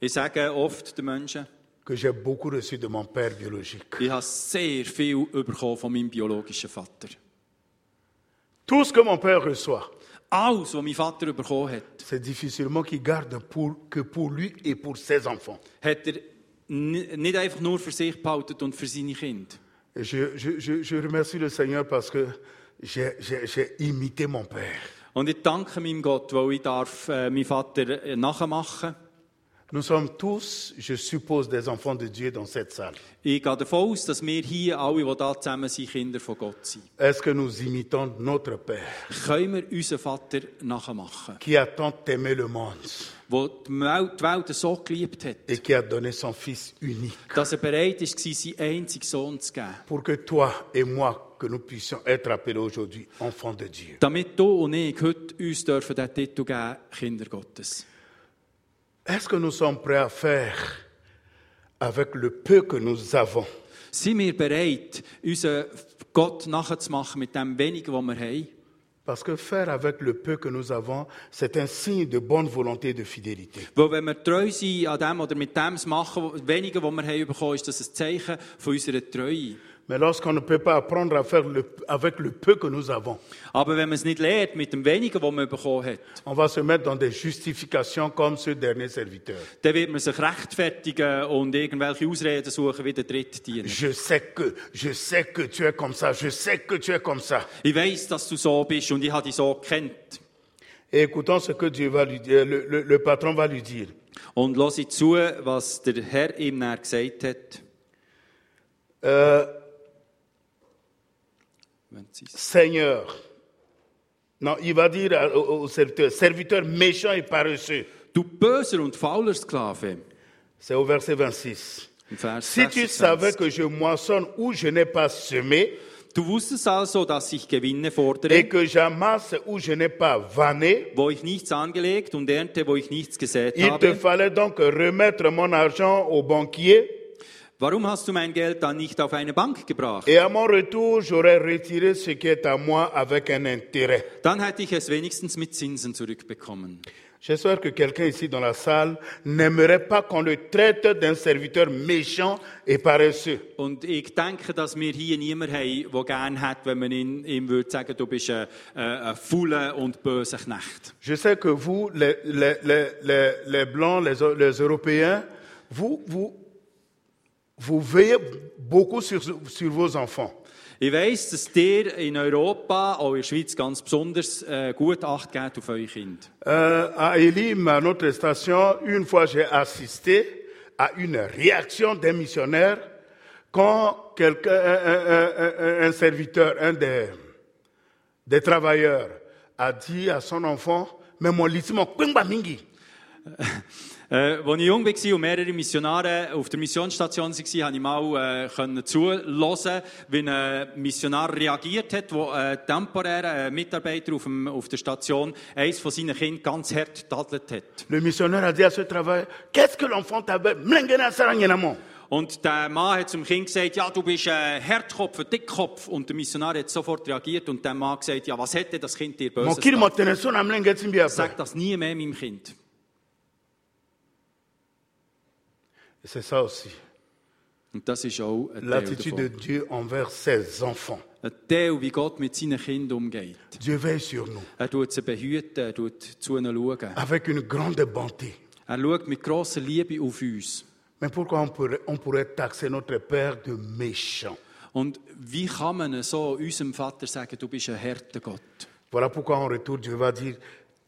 Ich sage oft den Menschen,
que j'ai beaucoup reçu de mon père biologique.
ich habe sehr viel bekommen von meinem biologischen Vater.
Tout ce que mon père reçoit,
Alles, was mein Vater bekommen hat,
c'est difficilement qu'il garde pour, que pour lui et pour ses enfants.
hat er ni- nicht einfach nur für sich behalten und für seine Kinder.
Et je, je- je- je remercie le Seigneur parce que j'ai- j'ai j'ai imité mon père.
Und ich danke meinem Gott, weil ich darf äh, meinen Vater äh, nachmachen.
Nous sommes tous, je suppose, des enfants de Dieu dans cette salle.
Ich gehe davon aus, dass wir hier alle, die hier zusammen sind, Kinder von Gott sind.
Est-ce que nous imitons notre Père
Können wir unseren Vater nachmachen,
qui a tant aimé le monde
der die Mel- die Welt so geliebt hat,
et qui a donné son Fils unique
dass er bereit war, seinen einzigen Sohn zu geben?
pour que toi et moi, que nous puissions être appelés aujourd'hui enfants de Dieu.
Damit du und ich heute uns dürfen den Titel geben, Kinder Gottes.
Est-ce que nous sommes prêts à faire avec le peu que nous avons
Sind wir bereit, unseren Gott nachzumachen mit dem wenigen, was wir haben?
Parce que faire avec le peu que nous avons, c'est un signe de bonne volonté et de fidélité.
Weil wenn wir treu sind an dem oder mit dem zu machen, wo- weniger, was wir haben bekommen, ist das ein Zeichen von unserer Treue.
Mais lorsqu'on ne peut pas apprendre à faire le- avec le peu que nous avons,
Aber wenn man es nicht lernt, mit dem wenigen, was man bekommen hat,
on va se mettre dans des justifications comme ce dernier serviteur.
dann wird man sich rechtfertigen und irgendwelche Ausreden suchen, wie der Drittdiener.
Je sais que, je sais que tu es comme ça, je sais que tu es comme ça.
Ich weiss, dass du so bist und ich habe dich so gekannt.
Et écoutons ce que Dieu va lui dire, le- le- le patron va lui dire.
Und höre zu, was der Herr ihm dann gesagt hat.
Euh,
26.
Seigneur. Non, il va dire à- au, au serviteur, serviteur méchant et paresseux.
Du böser und fauler Sklave.
C'est au verset 26.
Im Vers
Si tu
26.
savais que je moissonne où je n'ai pas semé
Du wusstest also, dass ich Gewinne
et
fordere,
que j'amasse où je n'ai pas vanné,
wo ich nichts angelegt und ernte, wo ich nichts gesät
il te
habe.
fallait donc remettre mon argent au banquier
Warum hast du mein Geld dann nicht auf eine Bank gebracht?
et à mon retour, j'aurais retiré ce qui est à moi avec un intérêt.
Dann hätte ich es wenigstens mit Zinsen zurückbekommen.
J'espère que quelqu'un ici dans la salle n'aimerait pas qu'on le traite d'un serviteur méchant et paresseux.
Und ich denke, dass wir hier niemanden haben, der gerne hat, wenn man ihn, ihm würde sagen, du bist ein, äh, ein fauler und böser Knecht.
Je sais que vous, les, les, les, les, les Blancs, les, les Européens, vous, vous, vous veillez beaucoup sur, sur vos enfants.
Ich weiss, dass ihr in Europa, auch in der Schweiz ganz besonders, äh, gut Acht gebt auf eure Kinder.
Euh, à Elim, à notre station, une fois j'ai assisté à une réaction d'un missionnaire quand quelqu'un, un, un- un- un- un serviteur, un des, des travailleurs, a dit à son enfant, mais mon lisimo, kwengba mingi.
Äh, als ich jung war und mehrere Missionare auf der Missionsstation waren, konnte ich mal äh, können zuhören, wie ein Missionar reagiert hat, wo ein temporärer äh, Mitarbeiter auf, dem, auf der Station eines von seinen Kindern ganz hart tadelt hat.
Le missionnaire a dit à ce travailleur, qu'est-ce que l'enfant t'avait Mlengena sarangenamo.
Und der Mann hat zum Kind gesagt, ja, du bist ein Hartkopf, ein Dickkopf. Und der Missionar hat sofort reagiert und der Mann hat gesagt, ja, was hätte das Kind dir
Mon
böses
kiri
getan?
moteneso na mlenge timbi apa.
Sag das nie mehr meinem Kind.
C'est ça aussi,
Und das ist auch ein Teil,
l'attitude de
davon.
Dieu envers ses enfants.
ein Teil, wie Gott mit seinen Kindern umgeht.
Dieu veille sur nous
Er tut sie behüten, er tut zu ihnen schauen.
avec une grande bonté.
Er schaut mit grosser Liebe auf uns.
Mais pourquoi on pourrait, on pourrait taxer notre Père de méchant
Und wie kann man so unserem Vater sagen, du bist ein härter Gott?
Voilà pourquoi en retour Dieu va dire,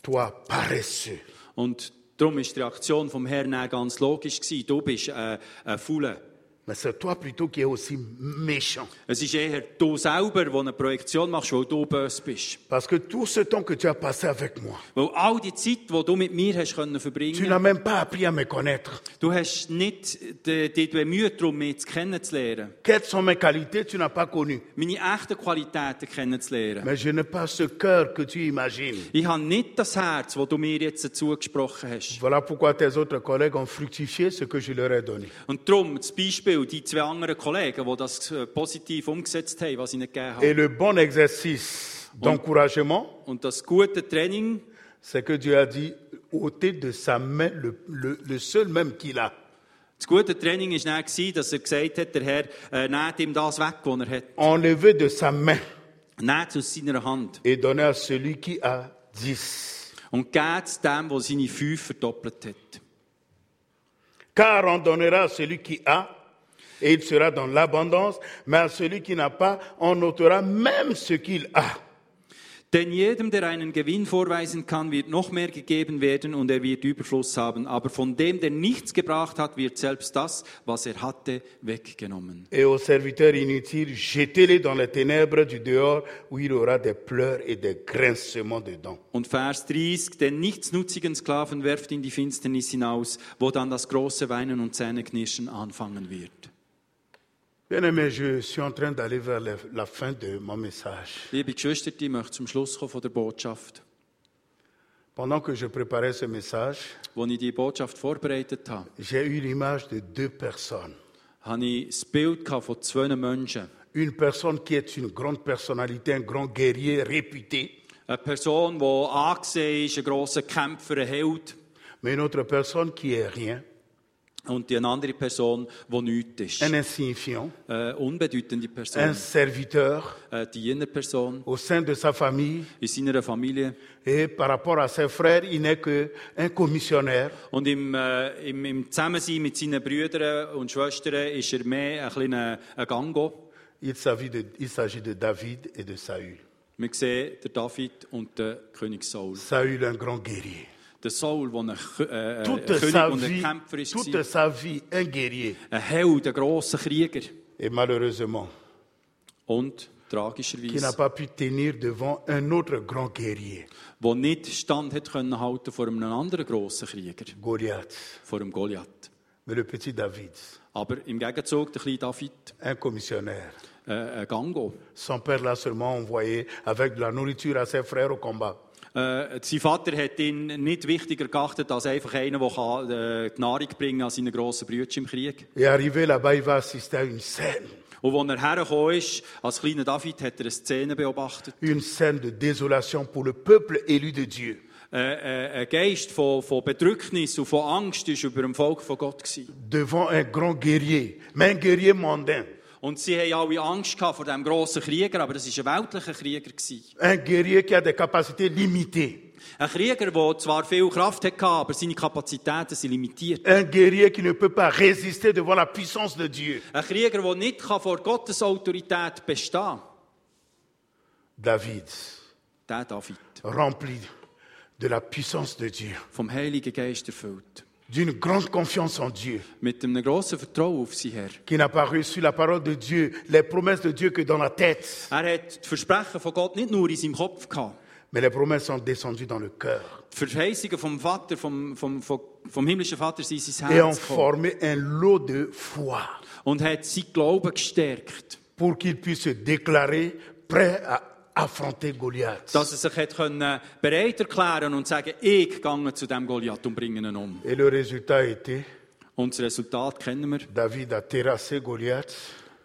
toi paresseux,
Und darum ist die Reaktion vom Herrn dann ganz logisch gewesen. Du bist äh, ein Fauler.
mais c'est toi plutôt qui es aussi méchant.
Es ist eher du selber, der eine Projektion machst, weil du böse bist.
Parce que tout ce temps que tu as passé avec moi,
Weil all die Zeit, die du mit mir hast können
tu
verbringen
n'as même pas appris à me connaître.
du hast nicht die- dich bemüht, darum mich zu kennenzulernen.
Quelles sont mes qualités, tu n'as pas connues.
Meine echten Qualitäten kennenzulernen.
Mais je n'ai pas ce cœur que tu imagines.
Ich habe nicht das Herz, das du mir jetzt zugesprochen hast.
Voilà pourquoi tes autres collègues ont fructifié ce que je leur ai donné.
Und darum, das Beispiel, die zwei anderen Kollegen, die das äh, positiv umgesetzt haben, was ich ihnen gegeben
Et
habe.
le bon exercice d'encouragement,
Und das gute Training,
c'est que Dieu a dit, ôtez de sa main le, le- le seul même qu'il a.
das gute Training war dann, gewesen, dass er gesagt hat, der Herr, äh, nehmt ihm das weg, was er hat.
Enlevez de sa main
Nehmt es aus seiner Hand.
et donnez à celui qui a dix.
Und gebt es dem, der seine fünf verdoppelt hat.
Car on donnera à celui qui a et il sera dans l'abondance, mais à celui qui n'a pas, on ôtera même ce qu'il a.
Denn jedem, der einen Gewinn vorweisen kann, wird noch mehr gegeben werden und er wird Überfluss haben. Aber von dem, der nichts gebracht hat, wird selbst das, was er hatte, weggenommen.
Et aux serviteurs inutiles, jetez-les dans les ténèbres du dehors où il y aura des pleurs et des grincements de dents.
Und Vers 30, den nichtsnutzigen Sklaven werft in die Finsternis hinaus, wo dann das große Weinen und Zähneknirschen anfangen wird.
Bien-aimé, je suis en train d'aller vers la- la fin de mon message.
Liebe Geschwister, ich möchte zum Schluss kommen von der Botschaft.
Pendant que je préparais ce message,
Als ich die Botschaft vorbereitet habe,
j'ai eu l'image de deux personnes.
hatte ich das Bild gehabt von zwei Menschen.
Une personne qui est une grande personnalité, un grand guerrier réputé,
Eine Person, die angesehen ist, ein grosser Kämpfer, ein Held.
mais une autre personne qui est rien,
Und die eine andere Person, die nichts ist.
un insignifiant,
Eine unbedeutende
un
Person, Äh,
serviteur
eine Dienerperson
au sein de sa famille
in seiner Familie.
et par rapport à ses frères, il n'est qu'un commissionnaire,
Und im, äh, im, im Zusammensein mit seinen Brüdern und Schwestern ist er mehr ein kleiner ein Gango.
Il s'agit de, il s'agit de David et de Saül.
Wir sehen den David und den König Saul.
Saül, un grand guerrier.
Der Saul, der ein, Kö- äh, ein
Toute
König
sa
und ein
vie,
Kämpfer ist,
toute sa vie, un guerrier.
ein Held, ein grosser Krieger.
Et malheureusement,
Und
qui n'a
tragischerweise,
pas pu tenir devant un autre grand guerrier,
der nicht stand hat können halten vor einem anderen grossen Krieger,
Goliath.
vor dem Goliath.
Mais le petit David,
Aber im Gegenzug, der kleine David,
un commissionnaire.
äh, ein Gango.
Son père l'a seulement envoyé avec de la nourriture à ses frères au combat.
Äh, sein Vater hat ihn nicht wichtiger geachtet als einfach einer, der kann, äh, die Nahrung bringen kann an seinen grossen Brüder im Krieg.
Et arrivé là-bas, il va assister à une scène,
Und als er hergekommen ist, als kleiner David, hat er eine Szene beobachtet.
une scène de désolation pour le peuple élu de Dieu.
Äh, äh, ein Geist von, von Bedrücknis und von Angst war über dem Volk von Gott. Gewesen.
Devant un grand guerrier, mais un guerrier mondain,
Und sie haben alle Angst gehabt vor diesem grossen Krieger, aber es war ein weltlicher Krieger. Gewesen.
un guerrier qui a des capacités limitées.
Ein Krieger, der zwar viel Kraft hatte, aber seine Kapazitäten sind limitiert.
Un guerrier qui ne peut pas résister devant la puissance de Dieu.
Ein Krieger, der nicht kann vor Gottes Autorität bestehen kann,
David,
der David,
rempli de la puissance de Dieu,
vom Heiligen Geist erfüllt,
d'une grande confiance en Dieu,
mit einem grossen Vertrauen auf sie her.
qui n'a pas reçu la parole de Dieu, les promesses de Dieu que dans la tête,
Er hat die Versprechen von Gott nicht nur in seinem Kopf gehabt.
mais les promesses sont descendues dans le cœur
Die Verheißungen vom Vater, vom, vom, vom, vom himmlischen Vater sind in sein
et ont
Herz gekommen.
formé un lot de foi
Und hat sein Glauben gestärkt,
pour qu'il puisse se déclarer prêt à affronter Goliath.
dass er sich hat können bereit erklären und sagen, ich gehe zu dem Goliath und bringe ihn um.
Et le résultat a été,
Und das Resultat kennen wir.
David a terrassé Goliath,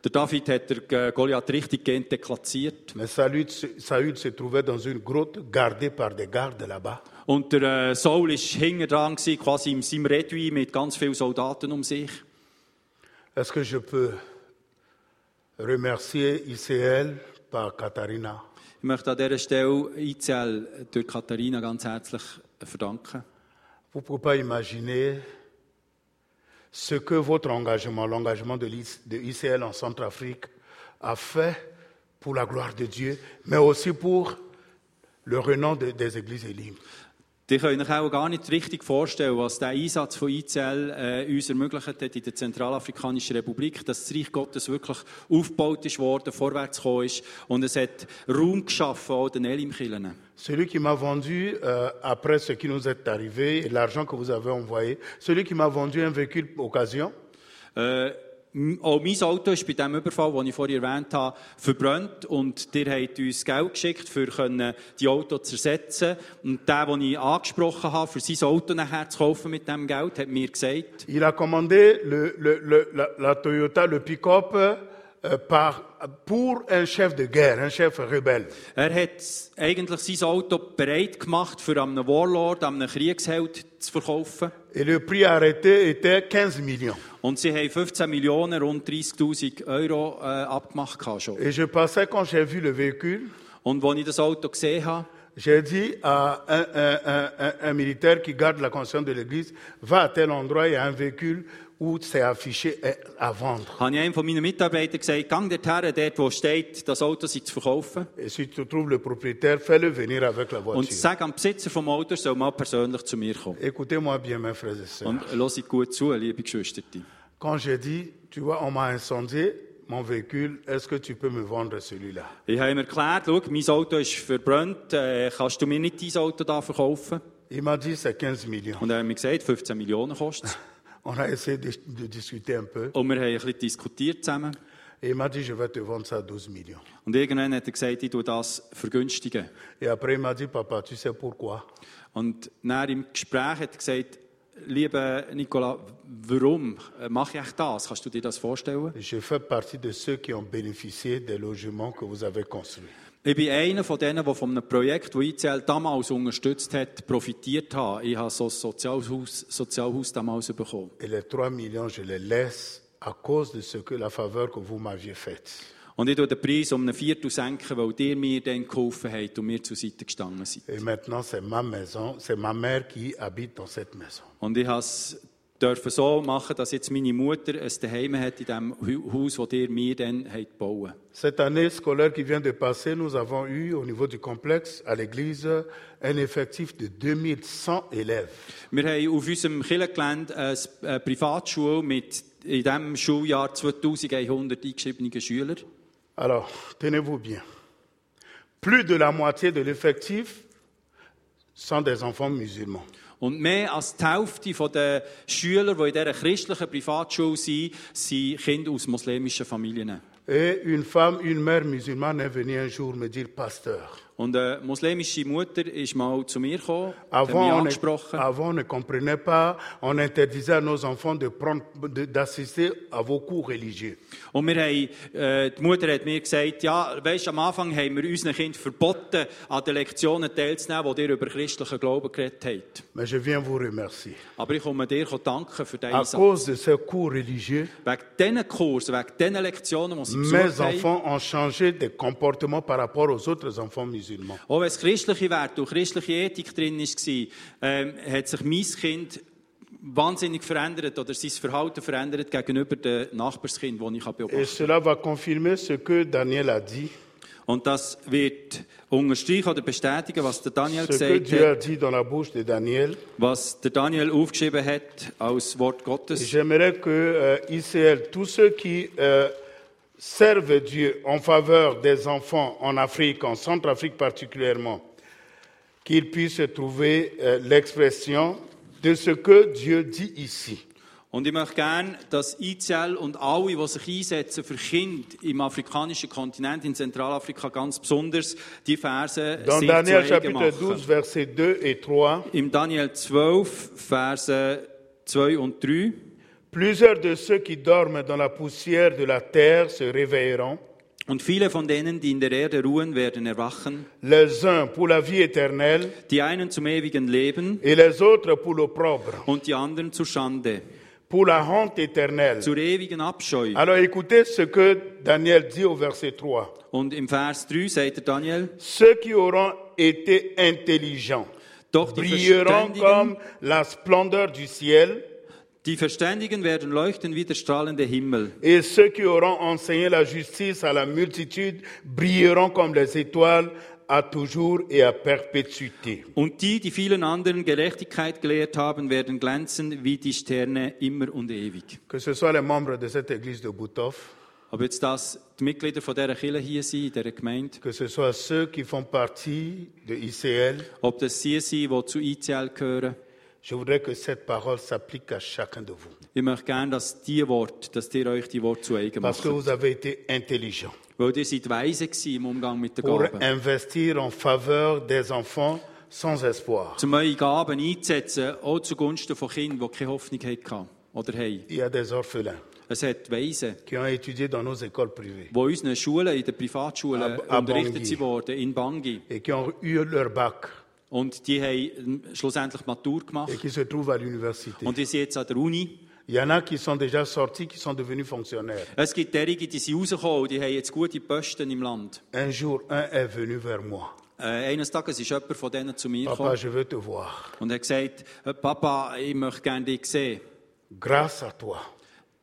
Der David hat der äh, Goliath richtig gehend deklassiert.
mais Saül se- Saül se trouvait dans une grotte gardée par des gardes là-bas.
Und der äh, Saul war hinten dran, gewesen, quasi in seinem Redui mit ganz vielen Soldaten um sich.
Est-ce que je peux remercier ICL par Katharina
Ich möchte an dieser Stelle ICL durch Katharina ganz herzlich äh, verdanken.
Vous ne pouvez pas imaginer ce que votre engagement, l'engagement de l'I- de ICL en Centrafrique, a fait pour la gloire de Dieu, mais aussi pour le renom de- des églises élimes.
Die können euch auch gar nicht richtig vorstellen, was der Einsatz von ICL äh, uns ermöglicht hat in der Zentralafrikanischen Republik, dass das Reich Gottes wirklich aufgebaut ist worden, vorwärts gekommen ist und es hat Raum geschaffen, auch den Elimkillen.
Celui qui m'a vendu, euh, après ce qui nous est arrivé, et l'argent que vous avez envoyé, celui qui m'a vendu un véhicule occasion,
Äh, m- auch mein Auto ist bei dem Überfall, den ich vorhin erwähnt habe, verbrannt und ihr habt uns Geld geschickt, für können die Auto zu ersetzen. Und der, den ich angesprochen habe, für sein Auto nachher zu kaufen mit dem Geld, hat mir gesagt,
Il a commandé le- le- le- la, la Toyota, le pick-up, euh, par- pour un chef de guerre, un chef rebelle.
Er hat eigentlich sein Auto bereit gemacht, für einen Warlord, einen Kriegsheld zu verkaufen.
Et le prix arrêté était 15 millions.
Und sie haben 15 Millionen, rund 30.000 Euro äh, abgemacht. gehabt Schon.
Et je passais, quand j'ai vu le véhicule,
Und als ich das Auto gesehen habe,
j'ai dit à un, un- un- un- un militaire qui garde la conscience de l'église, va à tel endroit, il y a un véhicule où c'est affiché euh, à vendre.
habe ich einem von meinen Mitarbeitern gesagt, gang dorthin, dort wo steht, das Auto sei zu verkaufen.
Et si tu trouves le propriétaire, fais-le venir avec la
Und
voiture.
sag am Besitzer vom Auto, er soll mal persönlich zu mir kommen.
Écoutez-moi bien, mes frères et sœurs.
Und hört gut zu, liebe Geschwister.
Quand j'ai dit, tu vois, on m'a incendié mon véhicule, est-ce que tu peux me vendre celui-là
Ich habe ihm erklärt, schau, mein Auto ist verbrannt, äh, kannst du mir nicht dein Auto da verkaufen?
Il m'a dit, c'est 15 millions.
Und er hat mir gesagt, 15 Millionen kostet es.
On a essayé de, de discuter un peu.
Und wir haben ein bisschen diskutiert zusammen.
Et il m'a dit, je vais te vendre ça à 12 millions.
Und irgendwann hat er gesagt, ich tue das vergünstigen.
Et après, il m'a dit, papa, tu sais pourquoi
Und dann im Gespräch hat er gesagt, lieber Nicola, warum mache ich das? Kannst du dir das vorstellen?
Je fais partie de ceux qui ont bénéficié des logements que vous avez construits.
Ich bin einer von denen, der von einem Projekt, das ICL damals unterstützt hat, profitiert hat. Ich habe so ein Sozialhaus, Sozialhaus damals bekommen.
Et les 3 millions, je les laisse à cause de ce que la faveur que vous m'aviez faite.
Und ich tue den Preis um ein Viertel senken, weil ihr mir dann geholfen habt und mir zur Seite gestanden seid.
Et maintenant, c'est ma maison, c'est ma mère qui habite dans cette maison.
Und ich has durfte so machen, dass jetzt meine Mutter ein Daheim hat in dem Hu- Haus, das ihr mir dann habt gebaut habt.
Cette année scolaire qui vient de passer, nous avons eu au niveau du complexe à l'église un effectif de 2100 élèves.
Wir haben auf unserem Kirchengelände eine S- eine Privatschule mit in diesem Schuljahr 2100 eingeschriebenen Schülern.
Alors, tenez-vous bien. Plus de la moitié de l'effectif sont des enfants musulmans.
Und mehr als die Hälfte der Schüler, die in dieser christlichen Privatschule sind, sind Kinder aus muslimischen Familien.
Et une femme, une mère musulmane est venue un jour me dire, pasteur,
Und eine muslimische Mutter ist mal zu mir gekommen, hat mich
avant on, ne,
angesprochen.
avant, on ne comprenait pas, on interdisait à nos enfants de prendre, de- d'assister à vos cours religieux.
Und wir haben, äh, die Mutter hat mir gesagt, ja, weisst, am Anfang haben wir unseren Kindern verboten, an den Lektionen teilzunehmen, die ihr über christlichen Glauben geredet habt.
Mais je viens vous remercier.
Aber ich komme dir danken für deinen
À
Einsatz.
cause de ces cours religieux,
Wegen diesen Kursen, wegen diesen Lektionen, die sie
Mes
besucht haben,
enfants ont changé de comportement par rapport aux autres enfants musulmans.
Auch wenn es christliche Werte und christliche Ethik drin war, ähm, hat sich mein Kind wahnsinnig verändert oder sein Verhalten verändert gegenüber den Nachbarskind, die ich beobachten kann.
Et cela va confirmer ce que Daniel a dit,
Und das wird unterstreichen oder bestätigen, was der Daniel
ce que
gesagt
Dieu a
hat,
dit dans la bouche de Daniel.
was der Daniel aufgeschrieben hat als Wort Gottes.
J'aimerais que euh, Israël, tous ceux qui euh, servent Dieu en faveur des enfants en Afrique, en Centrafrique particulièrement, qu'ils puissent trouver euh, l'expression de ce que Dieu dit ici.
Und ich möchte gerne, dass ICL und alle, die sich einsetzen für Kinder im afrikanischen Kontinent, in Zentralafrika ganz besonders, die Verse
Dans
sich
Daniel
zu eigen
chapitre
machen.
12, versets 2 et 3,
Im Daniel 12, Verse 2 und 3.
plusieurs de ceux qui dorment dans la poussière de la terre se réveilleront,
Und viele von denen, die in der Erde ruhen, werden erwachen.
les uns pour la vie éternelle
Die einen zum ewigen Leben
et les autres pour l'opprobre,
und die anderen zur Schande,
pour la honte éternelle.
zur ewigen Abscheu.
Alors écoutez ce que Daniel dit au verset 3.
Und im Vers 3 sagt der Daniel,
Ceux qui auront été intelligents
doch die
brilleront
Verständigen,
comme la splendeur du ciel
die Verständigen werden leuchten wie der strahlende Himmel.
et ceux qui auront enseigné la justice à la multitude brilleront comme les étoiles à toujours et à perpétuité.
Und die, die vielen anderen Gerechtigkeit gelehrt haben, werden glänzen wie die Sterne immer und ewig.
Que ce soit les membres de cette église de Boutof,
Ob jetzt das die Mitglieder von dieser Kirche hier sind, in dieser Gemeinde,
que ce soit ceux qui font partie de ICL,
ob das sie sind, die zu ICL gehören.
je voudrais que cette parole s'applique à chacun de vous
Ich möchte gerne, dass die Worte, dass ihr euch die Worte zu eigen
parce
macht.
que vous avez été intelligents.
Weil ihr seid weise gewesen im Umgang mit den
pour
Gaben.
investir en faveur des enfants sans espoir.
Um eure Gaben einzusetzen, auch zugunsten von Kindern, die keine Hoffnung hatten oder haben.
Il y a des orphelins
Es hat Weise,
qui ont étudié dans nos écoles privées
die in unseren Schulen, in den Privatschulen
Ab- ab
unterrichtet
Bangui.
sie wurden, in Bangi.
et qui ont eu leur bac
Und die haben ähm, schlussendlich die Matur
et
gemacht.
qui se trouvent à l'université.
Und die sind jetzt an der Uni.
Il y en a qui sont déjà sortis, qui sont devenus fonctionnaires.
Es gibt derige, die sind rausgekommen und die haben jetzt gute Posten im Land.
Un jour, un est venu vers moi.
Äh, eines Tages ist jemand von denen zu mir
Papa,
gekommen
je veux te voir.
und hat gesagt, «Äh, Papa, ich möchte gerne dich sehen.
Grâce à toi,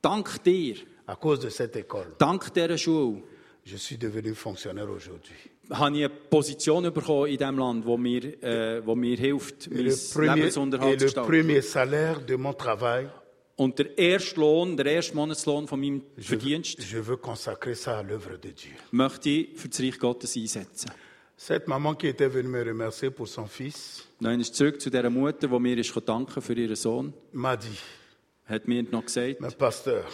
Dank dir,
à cause de cette école,
dank dieser Schule,
je suis devenu fonctionnaire aujourd'hui.
habe ich eine Position bekommen in diesem Land, die mir, äh, wo mir hilft,
Et
mein
le, premier, et
Lebensunterhalt zu
le
gestalten.
premier salaire de mon travail,
Und der erste Lohn, der erste Monatslohn von meinem Verdienst,
je veux consacrer ça à l'œuvre de Dieu.
möchte ich für das Reich Gottes einsetzen.
Cette maman qui était venue me remercier pour son fils
Dann ist zurück zu dieser Mutter, die mir ist danken für ihren Sohn,
m'a dit,
hat mir noch gesagt,
mais pasteur,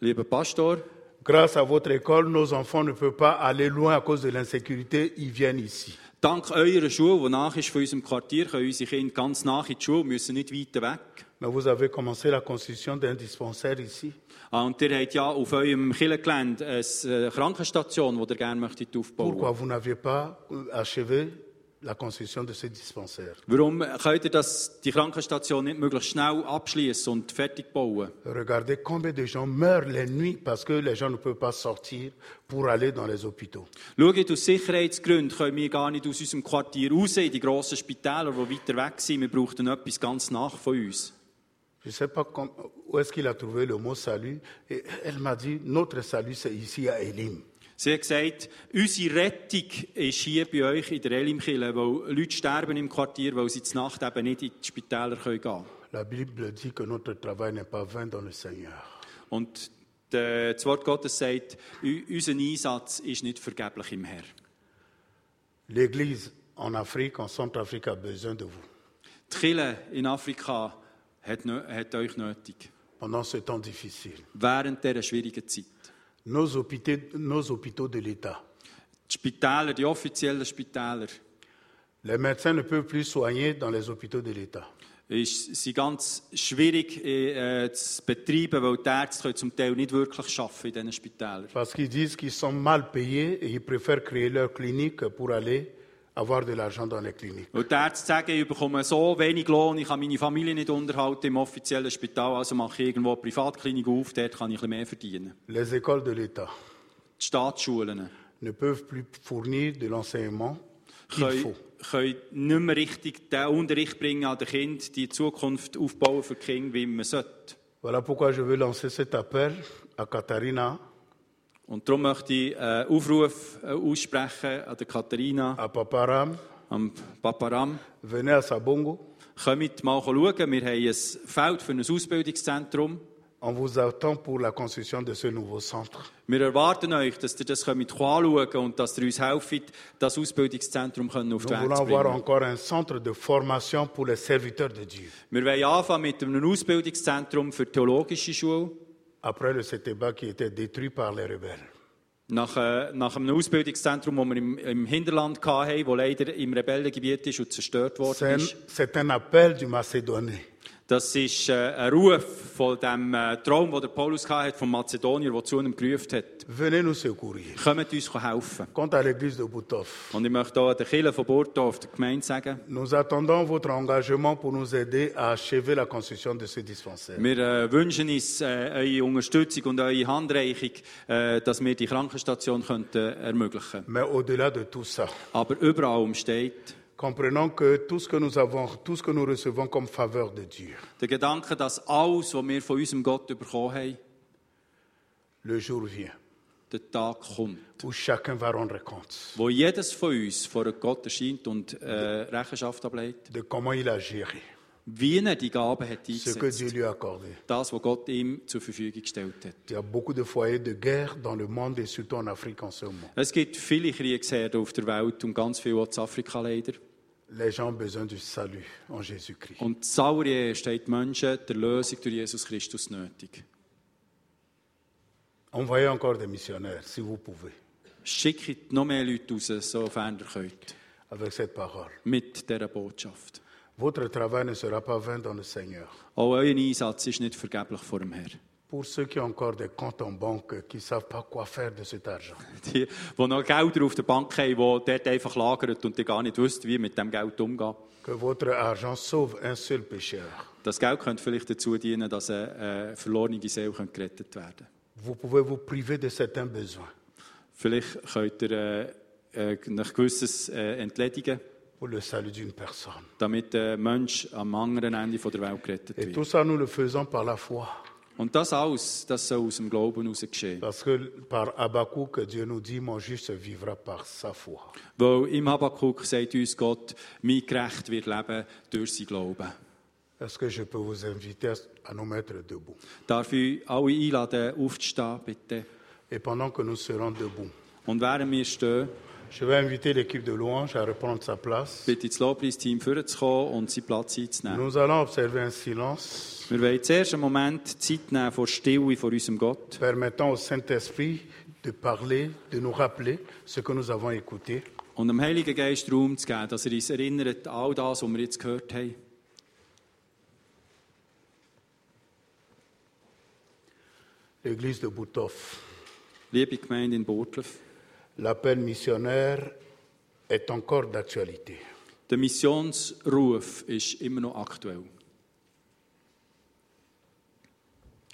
lieber Pastor,
grâce à votre école, nos enfants ne peuvent pas aller loin à cause de l'insécurité, ils viennent ici.
dank eurer Schule, die nach ist von unserem Quartier, können unsere Kinder ganz nach in die Schule, müssen nicht weiter weg.
Mais vous avez commencé la construction d'un dispensaire ici.
Ah, und ihr habt ja auf eurem Kirchengelände eine äh, Krankenstation, die ihr gerne möchtet aufbauen
Pourquoi vous n'avez pas euh, achevé la construction de ce dispensaire
Warum könnt ihr das, die Krankenstation nicht möglichst schnell abschließen und fertig bauen?
Regardez combien de gens meurent les nuits parce que les gens ne peuvent pas sortir pour aller dans les hôpitaux.
Schaut, aus Sicherheitsgründen können wir gar nicht aus unserem Quartier raus in die grossen Spitäler, die weiter weg sind. Wir brauchen etwas ganz nach von uns.
Je ne sais pas com- où est-ce qu'il a trouvé le mot salut. Et elle m'a dit, notre salut, c'est ici à Elim.
Sie hat gesagt, unsere Rettung ist hier bei euch in der Elimkille, weil Leute sterben im Quartier, weil sie zur Nacht eben nicht in die Spitäler können gehen können.
La Bible dit que notre travail n'est pas vain dans le Seigneur.
Und äh, das Wort Gottes sagt, u- unser Einsatz ist nicht vergeblich im Herr.
L'Église en Afrique, en Centrafrique, a besoin de vous
Die Kirche in Afrika hat, nö- hat euch nötig.
pendant ce temps difficile.
während dieser schwierigen Zeit.
Nos hôpitaux, nos hôpitaux de l'État,
Die Spitäler, die offiziellen Spitäler,
les médecins ne peuvent plus soigner dans les hôpitaux de l'État.
ist, sind ganz schwierig äh, zu betreiben, weil die Ärzte können zum Teil nicht wirklich arbeiten in diesen Spitälern.
Parce qu'ils disent qu'ils sont mal payés et ils préfèrent créer leur clinique pour aller avoir de l'argent dans les cliniques.
Weil die Ärzte sagen, ich bekomme so wenig Lohn, ich kann meine Familie nicht unterhalten im offiziellen Spital, also mache ich irgendwo eine Privatklinik auf, dort kann ich ein bisschen mehr verdienen.
Les écoles de l'État
Die Staatsschulen
ne peuvent plus fournir de l'enseignement
können,
faut.
können nicht mehr richtig den Unterricht bringen an den Kind, die Zukunft aufbauen für die Kinder, wie man sollte.
Voilà pourquoi je veux lancer cet appel à Katharina,
Und darum möchte ich einen Aufruf äh, aussprechen an der Katharina,
à Paparam,
am Paparam.
venez à Sabongo.
Kommt mal schauen, wir haben ein Feld für ein Ausbildungszentrum.
On vous attend pour la construction de ce nouveau centre.
Wir erwarten euch, dass ihr das kommt anschauen und dass ihr uns helft, das Ausbildungszentrum können auf
Nous
die Welt
voulons
zu
avoir
bringen.
encore un centre de formation pour les serviteurs de Dieu.
Wir wollen anfangen mit einem Ausbildungszentrum für die theologische Schule.
Après le CETEBA qui était détruit par les rebelles.
Nach, äh, nach einem Ausbildungszentrum, das wir im, im Hinterland hatten, das leider im Rebellengebiet ist und zerstört
C'est
worden
un,
ist.
c'est un appel du Macédonien.
Das ist äh, ein Ruf von dem äh, Traum, den der Paulus hatte, vom Mazedonier, der zu ihm gerufen hat.
Venez nous secourir.
Kommt uns helfen.
Quant à l'église de Boutof,
Und ich möchte auch an den Kirche von Burgdorf, der Gemeinde, sagen,
nous attendons votre engagement pour nous aider à achever la construction de ce dispensaire.
wir äh, wünschen uns äh, eure Unterstützung und eure Handreichung, äh, dass wir die Krankenstation könnten ermöglichen
Mais au-delà de tout ça,
Aber über allem steht
comprenons que tout ce que nous avons, tout ce que nous recevons comme faveur de Dieu,
der Gedanke, dass alles, was wir von unserem Gott bekommen haben,
le jour vient
der Tag kommt.
où chacun va rendre compte
Wo jedes von uns vor Gott erscheint und äh, Rechenschaft ablegt,
de comment il a géré
wie er die Gabe hat
ce que
eingesetzt.
Dieu lui a accordé.
das, was Gott ihm zur Verfügung gestellt hat.
Il y a beaucoup de foyers de guerre dans le monde et surtout en Afrique en ce moment.
Es gibt viele Kriegsherde auf der Welt und ganz viel auch in Afrika leider.
Les gens ont besoin du salut en Jésus-Christ.
Und Saurier steht die Menschen der Lösung durch Jesus Christus nötig.
Envoyez encore des missionnaires, si vous pouvez,
Schickt noch mehr Leute raus, sofern ihr könnt,
avec cette parole.
mit dieser Botschaft.
Votre travail ne sera pas vain dans le Seigneur.
Auch euer Einsatz ist nicht vergeblich vor dem Herrn.
Pour ceux qui ont encore des comptes en banque, qui ne savent pas quoi faire de cet argent,
Die, die noch Gelder auf der Bank haben, die dort einfach lagert und die gar nicht wissen, wie mit dem Geld umgehen.
que votre argent sauve un seul pécheur.
Das Geld könnte vielleicht dazu dienen, dass eine, eine äh, verlorene Seele könnte gerettet werden könnte.
Vous pouvez vous priver de certains besoins
Vielleicht könnt ihr äh, äh, ein gewisses äh, entledigen,
pour le salut d'une personne.
damit der Mensch am anderen Ende von der Welt gerettet
Et
wird.
tout ça, nous le faisons par la foi.
Und das alles, das soll aus dem Glauben heraus geschehen.
Parce que par Abakou, que Dieu nous dit, mon juste vivra par sa foi.
Weil im Habakkuk sagt uns Gott, mein Gerecht wird leben durch sein Glauben.
Est-ce que je peux vous inviter à nous mettre debout
Darf ich alle einladen, aufzustehen, bitte?
Et pendant que nous serons debout,
Und während wir stehen,
je vais inviter l'équipe de louange à reprendre sa place.
bitte ich das Lobpreisteam vorzukommen und seinen Platz einzunehmen.
Nous allons observer un silence
Wir wollen zuerst einen Moment Zeit nehmen vor Stille, vor unserem Gott.
permettant au Saint-Esprit de parler, de nous rappeler ce que nous avons écouté.
Und dem Heiligen Geist Raum zu geben, dass er uns erinnert an all das, was wir jetzt gehört haben.
L'église de Boutoff,
Liebe Gemeinde in Burtleff,
l'appel missionnaire est encore d'actualité.
der Missionsruf ist immer noch aktuell.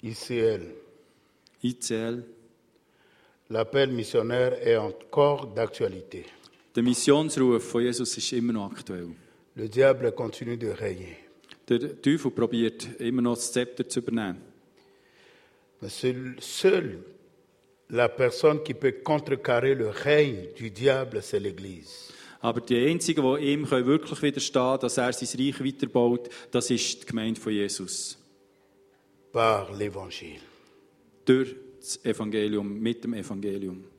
ICL,
ICL,
l'appel missionnaire est encore d'actualité.
der Missionsruf von Jesus ist immer noch aktuell.
Le diable continue de régner.
Der Teufel probiert immer noch das Zepter zu übernehmen.
Mais seul, seule la personne qui peut contrecarrer le règne du diable, c'est l'Église.
Aber die Einzigen, die ihm können wirklich widerstehen dass er sein Reich weiterbaut, das ist die Gemeinde von Jesus.
par l'Évangile.
Durch das Evangelium, mit dem Evangelium.